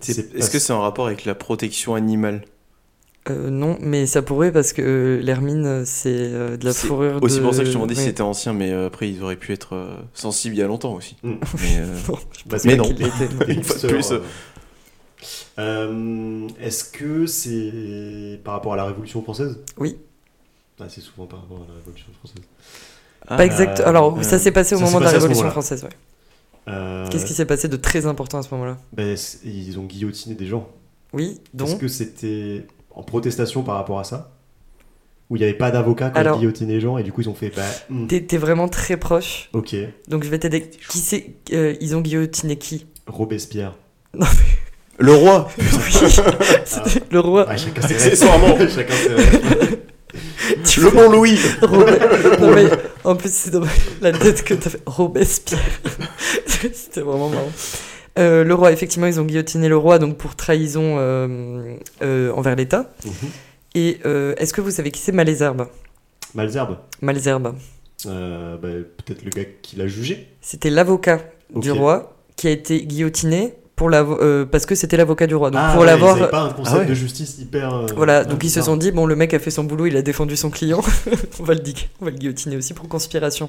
C'est-
c'est
Est-ce
pas-
que c'est en rapport avec la protection animale
Euh, non, mais ça pourrait parce que euh, l'hermine euh, c'est euh, de la
C'est
fourrure.
Aussi
de-
pour ça que je te demandais si
Ouais.
c'était ancien, mais euh, après ils auraient pu être euh, sensibles il y a longtemps aussi.
Hmm.
Mais, euh,
Bon,
bah,
Mais
c'est
non.
qu'il l'était.
pas-
Une fois de plus.
euh, euh, Est-ce que c'est par rapport à la Révolution française
Oui.
Ah, c'est souvent par rapport à la Révolution française.
ah,
Pas exact.
euh,
Alors
euh,
ça s'est passé au
ça s'est
moment de la
passé à ce
Révolution
moment-là.
française. ouais.
Euh,
Qu'est-ce qui s'est passé de très important à ce moment-là
ben, c'est- Ils ont guillotiné des gens.
Oui,
Est-ce
donc
que c'était en protestation par rapport à ça Où il n'y avait pas d'avocat quand
Alors-
ils guillotinaient les gens et du coup ils ont fait bah, hmm,
t'es t'es vraiment très proche.
ok,
Donc je vais t'aider. Qui c'est euh, Ils ont guillotiné qui
Robespierre.
Le roi
C'était Le roi
Ah, chacun ses
Accessoirement.
rêves. Chacun ses rêves.
Le bon Louis
Robert. Non, mais en plus c'est dommage la tête que t'as fait. Robespierre. C'était vraiment marrant. Euh, le roi, effectivement, ils ont guillotiné le roi donc pour trahison euh, euh, envers l'État.
Mhm.
Et euh, est-ce que vous savez qui c'est Malesherbes
Malzerbe,
Malesherbes,
euh, bah, peut-être le gars qui l'a jugé.
c'était l'avocat du
Ok.
roi qui a été guillotiné pour l'avo- euh, parce que c'était l'avocat du roi. Donc
Ah
pour
ouais,
l'avoir
ils avaient pas un concept
Ah ouais.
de justice hyper. euh,
Voilà,
euh,
donc ils se
bizarre.
sont dit, bon, le mec a fait son boulot, il a défendu son client, on va le dig- on va le guillotiner aussi pour conspiration.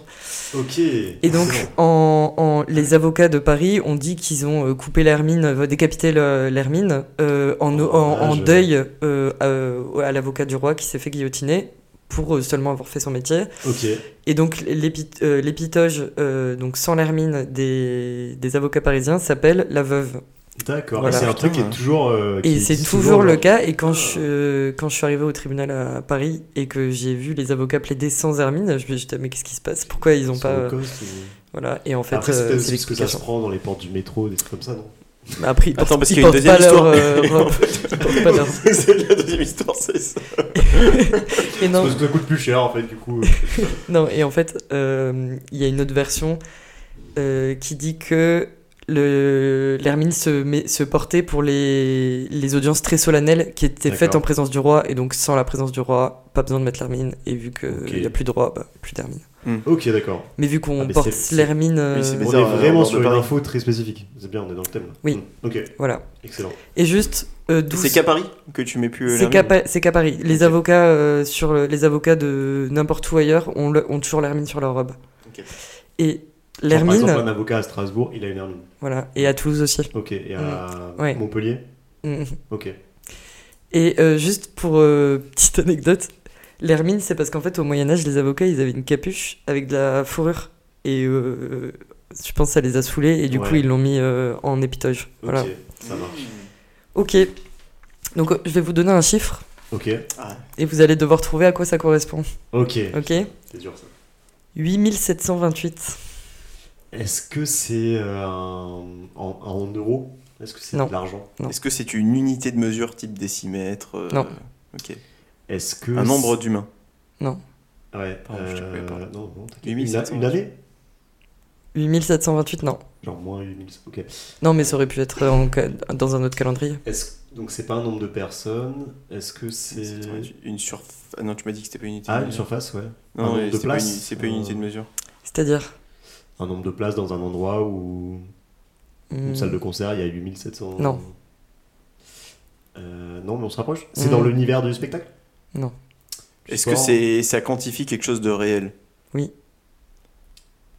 Ok.
Et donc, en, en- les avocats de Paris ont dit qu'ils ont euh, coupé l'hermine, euh, décapité le- l'hermine, euh, en,
Oh,
en- en
dommage.
deuil euh, euh, à l'avocat du roi qui s'est fait guillotiner pour euh, seulement avoir fait son métier.
Ok.
Et donc, l'épi- euh, l'épitoge, euh, donc sans l'hermine des, des avocats parisiens, s'appelle la veuve.
D'accord.
Voilà.
C'est un truc qui est
Putain.
toujours. Ah. euh, qui
Et c'est
existe
toujours le
genre.
cas. Et quand je, euh, quand je suis arrivé au tribunal à Paris et que j'ai vu les avocats plaider sans hermine, je me suis dit, mais qu'est-ce qui se passe Pourquoi ils ont
Sur
pas.
le
euh,
coste, ou-
Voilà. Et en fait,
Après,
euh,
c'est
c'est
peut-être parce que ça se
l'explication.
prend dans les portes du métro, des trucs comme ça, non
Mais Après, ils
Attends,
portent,
parce
ils
qu'il y a une deuxième
portent pas leur
histoire.
euh, robe. Ils portent pas leur-
C'est la deuxième histoire, c'est ça.
Et non,
Parce que ça coûte plus cher, en fait, du coup. euh.
non, et en fait, euh, il y a une autre version euh, qui dit que le- l'hermine se, met- se portait pour les, les audiences très solennelles qui étaient faites
D'accord.
en présence du roi, et donc sans la présence du roi, pas besoin de mettre l'hermine, et vu qu'il
Ok.
n'y a plus de roi, bah, plus d'hermine.
Mm.
Ok, d'accord.
Mais vu qu'on
Ah, mais
porte
c'est-
Slermine, euh,
Oui, c'est
On
bizarre,
est
euh,
vraiment
Nord de
sur une
Paris.
info très spécifique. C'est bien, on est dans le thème. là.
Oui.
Mm. Ok,
voilà.
excellent.
Et juste euh, d'où
C'est qu'à Paris que tu mets plus. euh,
C'est
la
qu'à
mine.
Pa- c'est qu'à Paris. Les
Ok.
avocats euh, sur le- les avocats de n'importe où ailleurs ont, le- ont toujours l'hermine sur leur robe.
Ok.
Et
Genre, Par
l'hermine,
exemple, un avocat à Strasbourg, il a une hermine.
voilà, et à Toulouse aussi.
Ok, et à
Hmm. Ouais.
Montpellier
Mhm.
Ok.
Et euh, juste pour euh, petite anecdote, l'hermine, c'est parce qu'en fait au Moyen Âge, les avocats, ils avaient une capuche avec de la fourrure et euh, je pense que ça les a saoulés et du coup
Ouais.
ils l'ont mis euh, en épitoge. Voilà.
Ok, ça marche.
Ok. Donc euh, je vais vous donner un chiffre
Ok,
et vous allez devoir trouver à quoi ça correspond.
ok.
Ok.
C'est dur ça.
8728.
Est-ce que c'est euh, un- en, en euros Est-ce que c'est
Non.
de l'argent
Non.
Est-ce que c'est une unité de mesure type décimètre euh,
Non.
Ok.
Est-ce que.
Un nombre d'humains.
c'est- Ouais.
Pardon, je te connais pas.
euh, non, non, t'inquiète.
8700.
Une, une année
8728, non.
Genre moins 8000. Ok.
Non, mais ça aurait pu être en ca- dans un autre calendrier.
Est-ce... Donc c'est pas un nombre de personnes. Est-ce que c'est.
C'est Une surface. Ah non, tu m'as dit que c'était pas une unité.
Ah,
de
une
mesure.
surface, ouais. un
Non,
nombre
mais
de
c'est pas une-
places,
c'est pas une unité de
euh,
mesure.
C'est-à-dire.
Un nombre de places dans un endroit où. Une
hmm,
salle de concert, il y a 8700.
Non.
Euh, non, mais on se rapproche. C'est
Mm.
dans l'univers du spectacle Du
Est-ce que
sport
c'est ça quantifie quelque chose de réel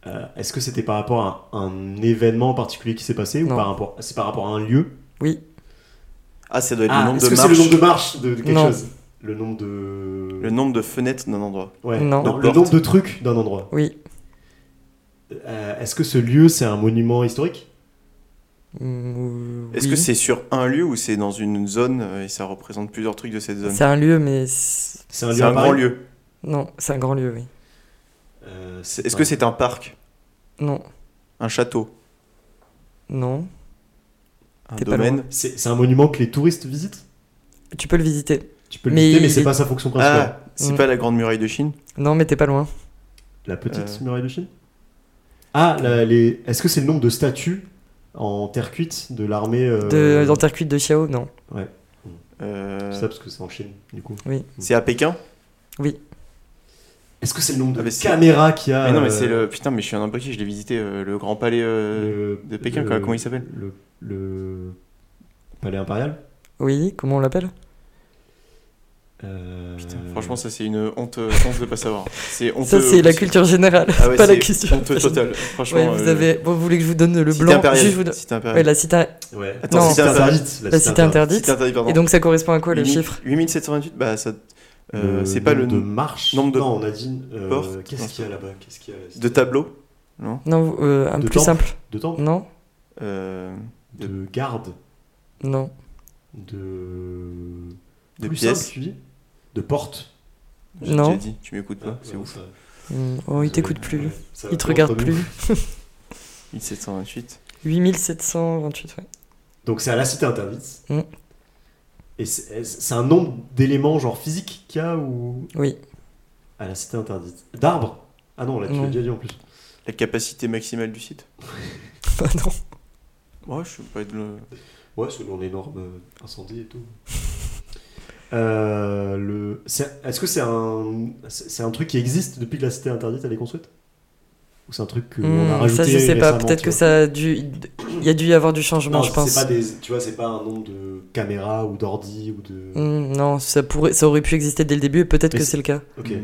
Euh, Est-ce que c'était par rapport à un événement particulier qui s'est passé ou
Non.
par rapport... c'est par rapport à un lieu
Oui,
Ah, ça doit être
Ah,
le nombre
Est-ce
de
que c'est
marches.
le nombre de marches de, de quelque
Non.
chose Le nombre de.
le nombre de fenêtres d'un endroit.
Ouais.
Non.
Non,
De
le
portes.
nombre de trucs d'un endroit.
oui.
Euh, Est-ce que ce lieu, c'est un monument historique
hmm,
Est-ce que
oui.
c'est sur un lieu ou c'est dans une zone euh, et ça représente plusieurs trucs de cette zone
C'est un lieu, mais. c'est-
C'est un lieu
C'est
à
un
Paris
grand lieu.
Non, c'est un grand lieu, oui.
Euh,
C'est- Est-ce que c'est un parc
Non,
Un château
non.
Un
T'es pas
domaine
C'est c'est un monument que les touristes visitent
Tu peux le visiter.
Tu peux le
Mais
visiter, mais
il
c'est
est-
pas sa fonction principale.
Ah, c'est
Mm.
pas la Grande Muraille de Chine
Non, mais t'es pas loin.
La petite
Euh.
muraille de Chine Ah, la- les... est-ce que c'est le nombre de statues en terre cuite de l'armée euh,
De, Dans Terre cuite de Chiao, non.
Euh,
C'est ça parce que c'est en Chine, du coup.
C'est à Pékin
Est-ce que c'est le nombre
Ah,
de
mais c'est-
caméras qu'il y a
Mais non, mais
euh,
c'est le. Putain, mais je suis un abruti, je l'ai visité, euh, le Grand Palais. euh,
le-
de Pékin,
le-
quoi, comment il s'appelle
le, le palais impérial
Oui, comment on l'appelle
Euh,
Putain, franchement, ça c'est une honte, euh, honte de pas savoir. C'est honteux.
Ça, c'est la
parce que-
culture générale,
Ah ouais,
pas la
c'est
culture.
Honteux totale. Franchement.
Ouais, vous,
euh,
avez... bon, vous voulez que je vous donne le
Cité
blanc
impériale.
Juste, je vous donne-
Cité impériale.
Ouais, la cité,
ouais.
Attends,
Non.
cité
Cité
interdite.
interdite,
la cité interdite.
Cité interdite, pardon.
Et donc, ça correspond à quoi le
Huit-
chiffre
8728, bah ça. euh, c'est pas le
nombre de
nom
marche.
nombre de
non, on a dit. euh,
portes.
Qu'est-ce qu'il y a là-bas Qu'est-ce qu'il y a là
de tableau
Non, vous- euh, un
De
plus
temple.
simple.
De temps
Non,
euh,
De garde
non,
De.
De
Plus
pièces.
simple, tu dis De porte
J'ai
Non.
déjà dit, tu m'écoutes pas,
Ah,
c'est
ouais,
ouf.
ça-
Hmm, Oh, il
ça-
t'écoute plus.
euh,
ouais, ça va
Il te
pas
regarde
entendu.
plus.
1728.
8728, ouais.
Donc c'est à la cité interdite.
Mm.
Et c'est c'est un nombre d'éléments genre physique qu'il y a ou.
Oui,
À la cité interdite. D'arbres Ah non, là tu
Non.
l'as déjà dit en plus.
La capacité maximale du site
bah non.
Ouais, je suis pas être le.
Ouais, selon les normes euh, incendie et tout. Euh, le... c'est- Est-ce que c'est un... c'est c'est un truc qui existe depuis que la cité interdite elle est construite Ou c'est un truc qu'on a
Hmm,
rajouté
ça, je sais pas.
récemment,
Peut-être
tu
que
vois
ça a dû. Il y a dû y avoir du changement,
Non,
je
c'est
pense.
pas des... Tu vois, c'est pas un nombre de caméras ou d'ordi ou de...
Hmm, non, ça, pourrait, ça aurait pu exister dès le début et peut-être
Mais
que
c'est-
c'est le cas.
Ok.
Mm.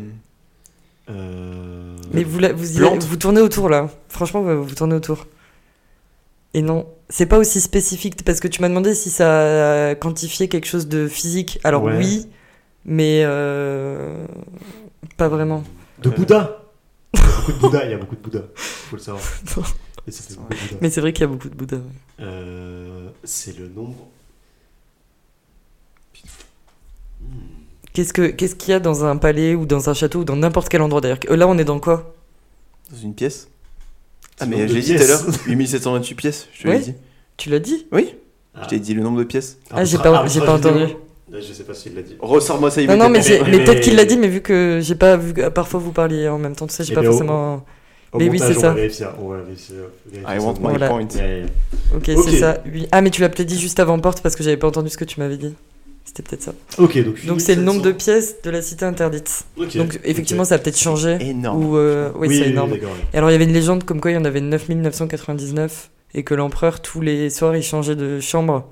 Euh,
Mais vous, la- vous, y
Plante.
allez- vous tournez autour là. Franchement, vous, vous tournez autour. Et non, c'est pas aussi spécifique parce que tu m'as demandé si ça quantifiait quelque chose de physique. Alors
Ouais.
oui, mais euh, pas vraiment.
De Bouddha Il y a beaucoup de Bouddha, il y a beaucoup de Bouddha. Faut le savoir.
Non.
Et ça fait beaucoup de Bouddha.
Mais c'est vrai qu'il y a beaucoup de Bouddha. ouais.
Euh, c'est le nombre...
Ah,
Hmm.
Qu'est-ce que qu'est-ce qu'il y a dans un palais ou dans un château ou dans n'importe quel endroit d'ailleurs Euh, Là, on est dans quoi
Dans une pièce Ah,
Le
mais
nombre de
j'ai dit tout à l'heure,
pièces.
8728 pièces, je te
Ouais.
l'ai dit.
Tu l'as dit
Oui,
Ah.
je t'ai dit le nombre de pièces.
Ah, j'ai
Arbitrage-
pas- j'ai pas
arbitrage
entendu.
vidéo. Là, je sais pas s'il l'a dit.
Ressors-moi ça, il
Non,
va
non,
être-
mais, j'ai-
mais-
mais peut-être
mais-
qu'il l'a dit, mais vu que j'ai pas vu. que- Parfois, vous parliez en même temps, tu sais, j'ai
Eh
pas
bien, on-
forcément.
Au
Mais oui,
montage,
c'est
on
ça.
va vérifier, on va vérifier, vérifier
I want
ça.
my
Voilà.
point.
Ouais, ouais.
Ok,
Ok.
c'est ça. oui. Ah, mais tu l'as peut-être dit juste avant porte parce que j'avais pas entendu ce que tu m'avais dit. C'était peut-être ça.
Ok, donc.
Donc c'est le nombre de pièces de la cité interdite. Donc effectivement, ça a peut-être changé.
Énorme.
Ou, euh, oui,
oui,
c'est
oui,
énorme.
d'accord, oui.
Et alors, il y avait une légende comme quoi il y en avait 9999 et que l'empereur, tous les soirs, il changeait de chambre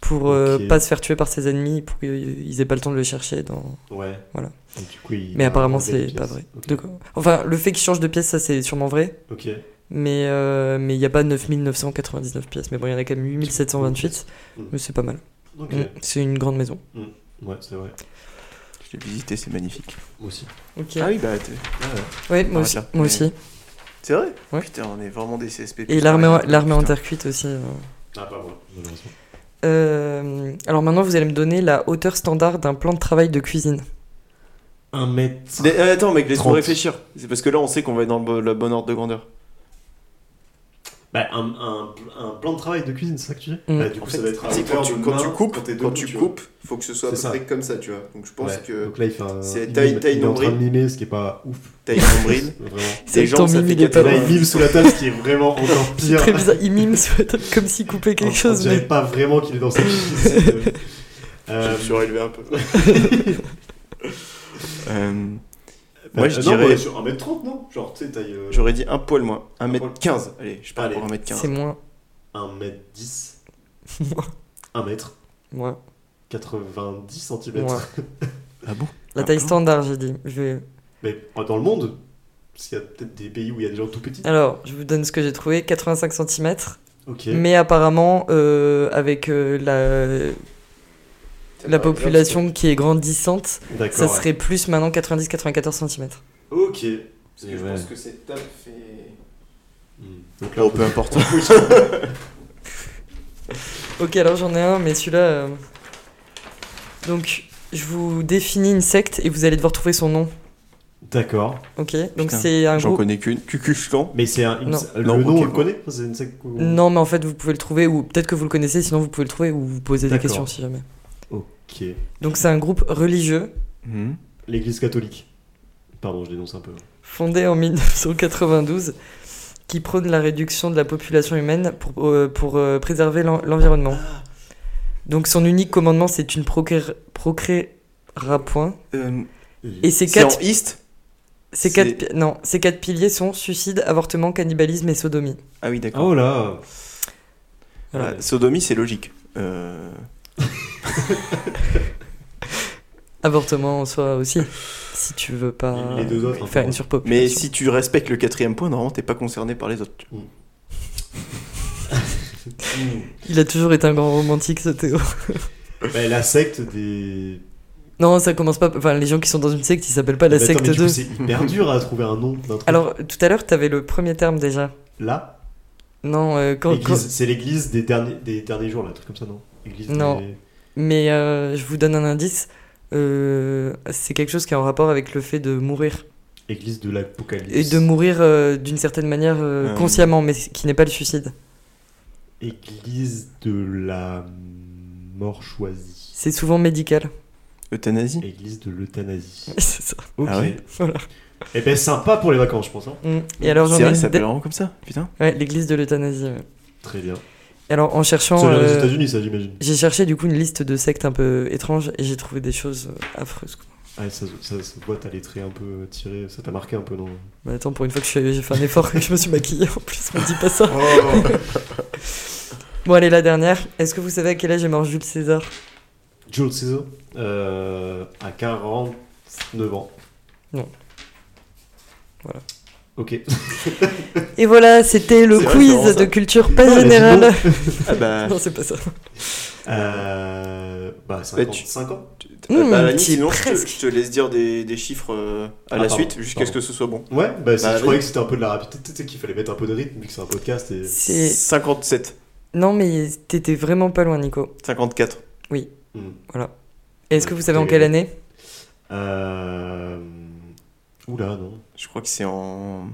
pour euh,
Ok.
pas se faire tuer par ses ennemis, pour qu'ils aient pas le temps de le chercher. Dans...
Ouais.
Voilà.
Et du coup, il
Mais
a
apparemment,
enlevé les
c'est pas
pièces.
vrai.
Ok.
De quoi Enfin, le fait qu'il change de pièce, ça, c'est sûrement vrai.
Ok.
Mais euh, mais il n'y a pas 9999 pièces. Mais bon, il y en a quand même 8728. Mais c'est pas mal.
Ok.
Mm. C'est une grande maison.
Ouais, c'est vrai.
Je l'ai visité, c'est magnifique.
Moi aussi.
Ok.
Ah oui, bah t'es-
Ouais, moi
Ah,
aussi.
tiens.
Moi
Mais-
aussi.
c'est vrai.
Ouais.
Putain, on est vraiment des CSP.
Et l'armée en- l'armée en terre cuite aussi. euh.
Ah, pas moi, malheureusement.
Euh, alors maintenant, vous allez me donner la hauteur standard d'un plan de travail de cuisine.
Un mètre.
Mais, euh, attends, mec, laisse-moi
30.
réfléchir. C'est parce que là, on sait qu'on va être dans le, bo- le bon ordre de grandeur.
Bah, un, un, un plan de travail de cuisine, c'est ça que tu dis
Mm.
Bah, du coup, ça doit être à
c'est
hauteur
quand tu,
de
quand
main,
tu coupes, quand,
t'es debout,
tu
vois.
coupes, faut que ce soit à peu
C'est ça.
près comme ça, tu vois. Donc je pense
Ouais.
que
Donc là, il fait un.
c'est
il
taille-
mime-
taille
il est en train de
nombril.
mimer, ce qui est pas ouf.
t'as une nombril.
Vraiment.
Tes
C'est ton
jambes, ça
mime,
fait
il est pas
Et là, il
80.
mime sous la table, ce qui est vraiment encore
C'est
pire.
très bizarre. Il mime sous la table comme s'il coupait
Oh,
quelque chose.
Je
Mais...
pas vraiment qu'il est dans cette cuisine. Euh,
Je me suis relevé un peu. Euh,
bah,
Moi, je
euh, non,
dirais-
bah, sur 1m30, non Genre, tu sais, taille. euh,
J'aurais dit un poil moins.
poil.
1m15. Allez, je parle
Allez.
pour 1m15.
C'est moins.
1m10. 1m.
Moi.
90 cm.
Moi.
Ah bon
La taille standard, j'ai dit. Je vais-
Mais pas dans le monde, parce qu'il y a peut-être des pays où il y a des gens tout petits.
Alors, je vous donne ce que j'ai trouvé 85 cm.
Ok.
Mais apparemment, euh, avec euh, la,
Ah,
Ah,
la population qui est grandissante,
D'accord.
ça
ouais.
serait plus maintenant 90-94 cm.
Ok.
Parce
que je Ouais. pense
que cette table fait.
Hmm. Donc là,
Oh,
on
peu
peut.
importe.
Ok, alors j'en ai un, mais celui-là. euh, Donc, je vous définis une secte et vous allez devoir trouver son nom.
D'accord.
Ok, donc
Putain,
c'est un
J'en
groupe.
connais qu'une. Cucuscan.
Mais c'est un. une-
Non.
Le
Non,
nom,
ok,
on le
bon.
connaît C'est une secte qu'on-
Non, mais en fait, vous pouvez le trouver, ou peut-être que vous le connaissez, sinon vous pouvez le trouver ou vous poser des
D'accord.
questions si jamais.
Ok.
Donc, c'est un groupe religieux Mhm.
L'église catholique. Pardon, je dénonce un peu.
fondé en 1992 qui prône la réduction de la population humaine pour, euh, pour euh, préserver l'en- l'environnement. Donc, son unique commandement, c'est tu ne procré- procréeras point.
Euh,
Et ces
c'est
quatre
en East
Ces
C'est-
quatre, pi- non, ces quatre piliers sont suicide, avortement, cannibalisme et sodomie.
Ah oui, d'accord.
Oh là
Oh
Ah, sodomie, c'est logique. Euh,
Avortement en soi aussi, si tu veux pas
Les deux autres.
faire
hein.
une surpopulation.
Mais si tu respectes le quatrième point, normalement, t'es pas concerné par les autres. tu vois.
Hmm.
Il a toujours été un grand romantique, ce Théo.
Bah, la secte des.
Non, ça commence pas. Enfin, les gens qui sont dans une secte, ils s'appellent pas la
Bah, attends,
secte
mais du coup,
2.
C'est hyper dur à trouver un nom d'un truc.
Alors, tout à l'heure, t'avais le premier terme déjà.
Là,
Non, euh, quand,
l'église-
quand-
c'est l'église des derniers, des derniers jours, là, un truc comme ça, non Église
Non.
des-
Mais euh, je vous donne un indice. Euh, c'est quelque chose qui est en rapport avec le fait de mourir.
Église de l'Apocalypse.
Et de mourir euh, d'une certaine manière euh,
Euh.
consciemment, mais qui n'est pas le suicide.
Église de la mort choisie.
C'est souvent médical.
Euthanasie
Église de l'euthanasie.
C'est ça.
Ok.
Ah ouais
Voilà.
Eh ben sympa pour les vacances, je pense. hein.
Mm. Et alors j'en
C'est
ai
vrai,
une
ça s'appelle
de-
vraiment comme ça Putain.
Ouais, l'église de l'euthanasie. ouais.
Très bien.
Et Alors en cherchant,
ça vient des
euh,
États-Unis, ça j'imagine.
j'ai cherché du coup une liste de sectes un peu étranges et j'ai trouvé des choses euh, affreuses. quoi.
Ah, ça, ça, ça voit, t'as les traits un peu tirés. Ça t'a marqué un peu, non
Bah, attends, pour une fois que je suis- j'ai fait un effort, que je me suis maquillée en plus, on dit pas ça. Bon allez la dernière. Est-ce que vous savez à quel âge est mort Jules César
Jules Caesar, euh, à 49 ans.
Non. Voilà.
Ok.
Et voilà, c'était le
C'est hein. vrai, c'est
quiz
vraiment ça.
de culture pas
mais
générale.
Ah bah.
non, c'est pas ça.
Euh, bah, 55
tu-
ans
tu- bah,
Hmm,
à la limite,
petit
sinon, je te,
presque.
je te laisse dire des, des chiffres euh, à
Ah,
la
pardon,
suite jusqu'à ce que
pardon.
ce soit bon.
Ouais, bah, c'est-
Bah,
je croyais que c'était un peu de la rapidité, tu sais, qu'il fallait mettre un peu de rythme, vu que c'est un podcast. Et...
C'est
57,
non mais t'étais vraiment pas loin Nico.
54.
Hmm.
Et Est-ce que vous savez en
Et-
quelle année
Euh... Oula, non.
Je crois que c'est en.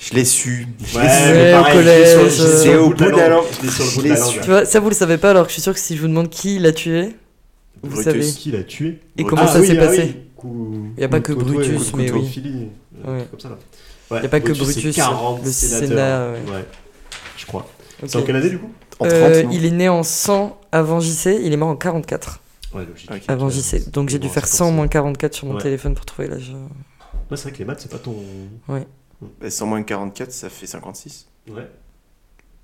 je l'ai su. Je l'ai su.
Ouais,
mais
au
je l'ai sur-
collège,
je l'ai
euh,
sur le
C'est au bout de la langue.
Je l'ai sur le bout
Je
de la
l'ai
langue.
su.
Tu vois, ça vous le savez pas alors que je suis sûr que si je vous demande qui l'a tué, vous
Brutus.
savez.
Qui l'a tué
Et
Brutus.
comment
Ah
ça s'est passé
Il
Y a pas que Brutus, mais oui. Ouais.
Comme ça, là. Ouais,
Y a pas que
c'est
Brutus,
40
le
sénateurs.
Sénat, ouais.
Je crois. C'est en Canadien du coup
En 30,
Euh,
non
il est né en 100 avant JC, il est mort en 44
Ouais, logique.
Ok.
avant JC. Donc j'ai dû faire 100 moins 44 sur mon
Ouais.
téléphone pour trouver l'âge.
Ouais, c'est vrai que les maths, c'est pas ton.
Bah, 100 moins 44, ça fait 56.
Ouais.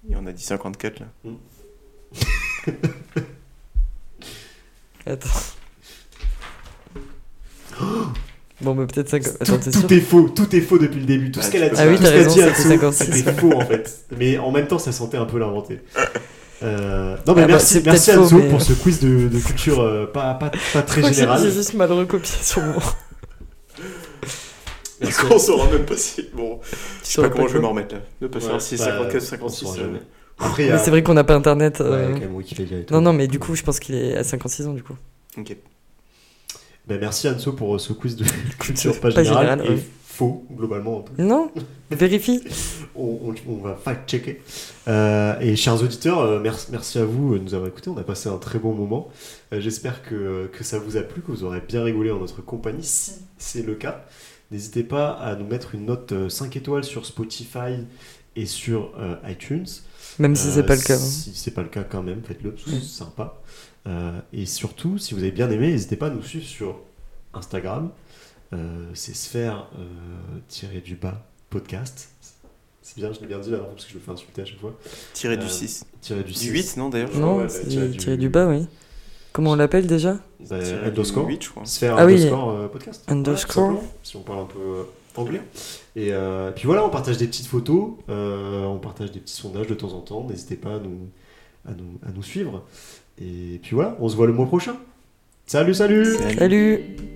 Et on a dit 54 là.
Attends. Bon, mais peut-être 50.
Tout,
Attends, t'es
tout
sûr
est faux, tout est faux depuis le début. Tout
Ah,
ce qu'elle a
tu
dit,
peux pas.
Ah oui,
tout
t'as
ce qu'elle
raison,
dit en
ça fait 56.
dessous, c'était faux en fait. Mais en même temps, ça sentait un peu l'inventé. Euh, Non, mais
Ah bah,
merci,
c'est
merci
peut-être
Anso
faux, mais-
pour ce quiz de, de culture euh, pas, pas, pas
Je
très
crois que
générale.
J'ai j'ai juste mal recopié sur mon.
on saura même pas si. Bon, je sais
sur
pas
le
comment je vais
paquebot.
m'en remettre là. Ne pas savoir
Ouais,
si
bah,
54 ou
on saura
56.
jamais.
euh,
Après, il y a-
Mais c'est vrai qu'on n'a pas internet.
hein. Ouais,
euh,
il y a quand même Wikipédia et tout.
Non, non, mais du coup, je pense qu'il est à 56 ans, du coup.
Ok.
Bah, merci Anso pour euh, ce quiz de culture pas
Pas
générale.
générale,
et
ouais.
faux, globalement. en tout.
Non Vérifie
On, on- on va fact-checker. Euh, et chers auditeurs, euh, merci, merci à vous euh, de nous avoir écoutés. On a passé un très bon moment. Euh, J'espère que, que ça vous a plu, que vous aurez bien rigolé en notre compagnie. Si c'est le cas, n'hésitez pas à nous mettre une note euh, 5 étoiles sur Spotify et sur euh, iTunes.
Même si c'est
Euh,
pas le cas. hein.
Si c'est pas le cas, quand même, faites-le, parce que c'est sympa. Euh, et surtout, si vous avez bien aimé, n'hésitez pas à nous suivre sur Instagram. Euh, c'est sphère euh, tiré du bas podcast. C'est bien, je l'ai bien dit là, parce que je me fais insulter à chaque fois.
Tiré du
Euh,
6.
Tiré du
Du
6.
8, non d'ailleurs
Non,
ouais, bah,
c'est
tiré
tiré,
du-
du bas, oui. Comment on l'appelle déjà
bah,
Tiré du
underscore.
8, je crois.
Sphère
Ah oui.
underscore euh, podcast.
Underscore.
Voilà, tout simplement, si on parle un peu euh, anglais. Et euh, puis voilà, on partage des petites photos, euh, on partage des petits sondages de temps en temps. N'hésitez pas à nous, à, nous, à nous suivre. Et puis voilà, on se voit le mois prochain. Salut, salut
Salut.
Salut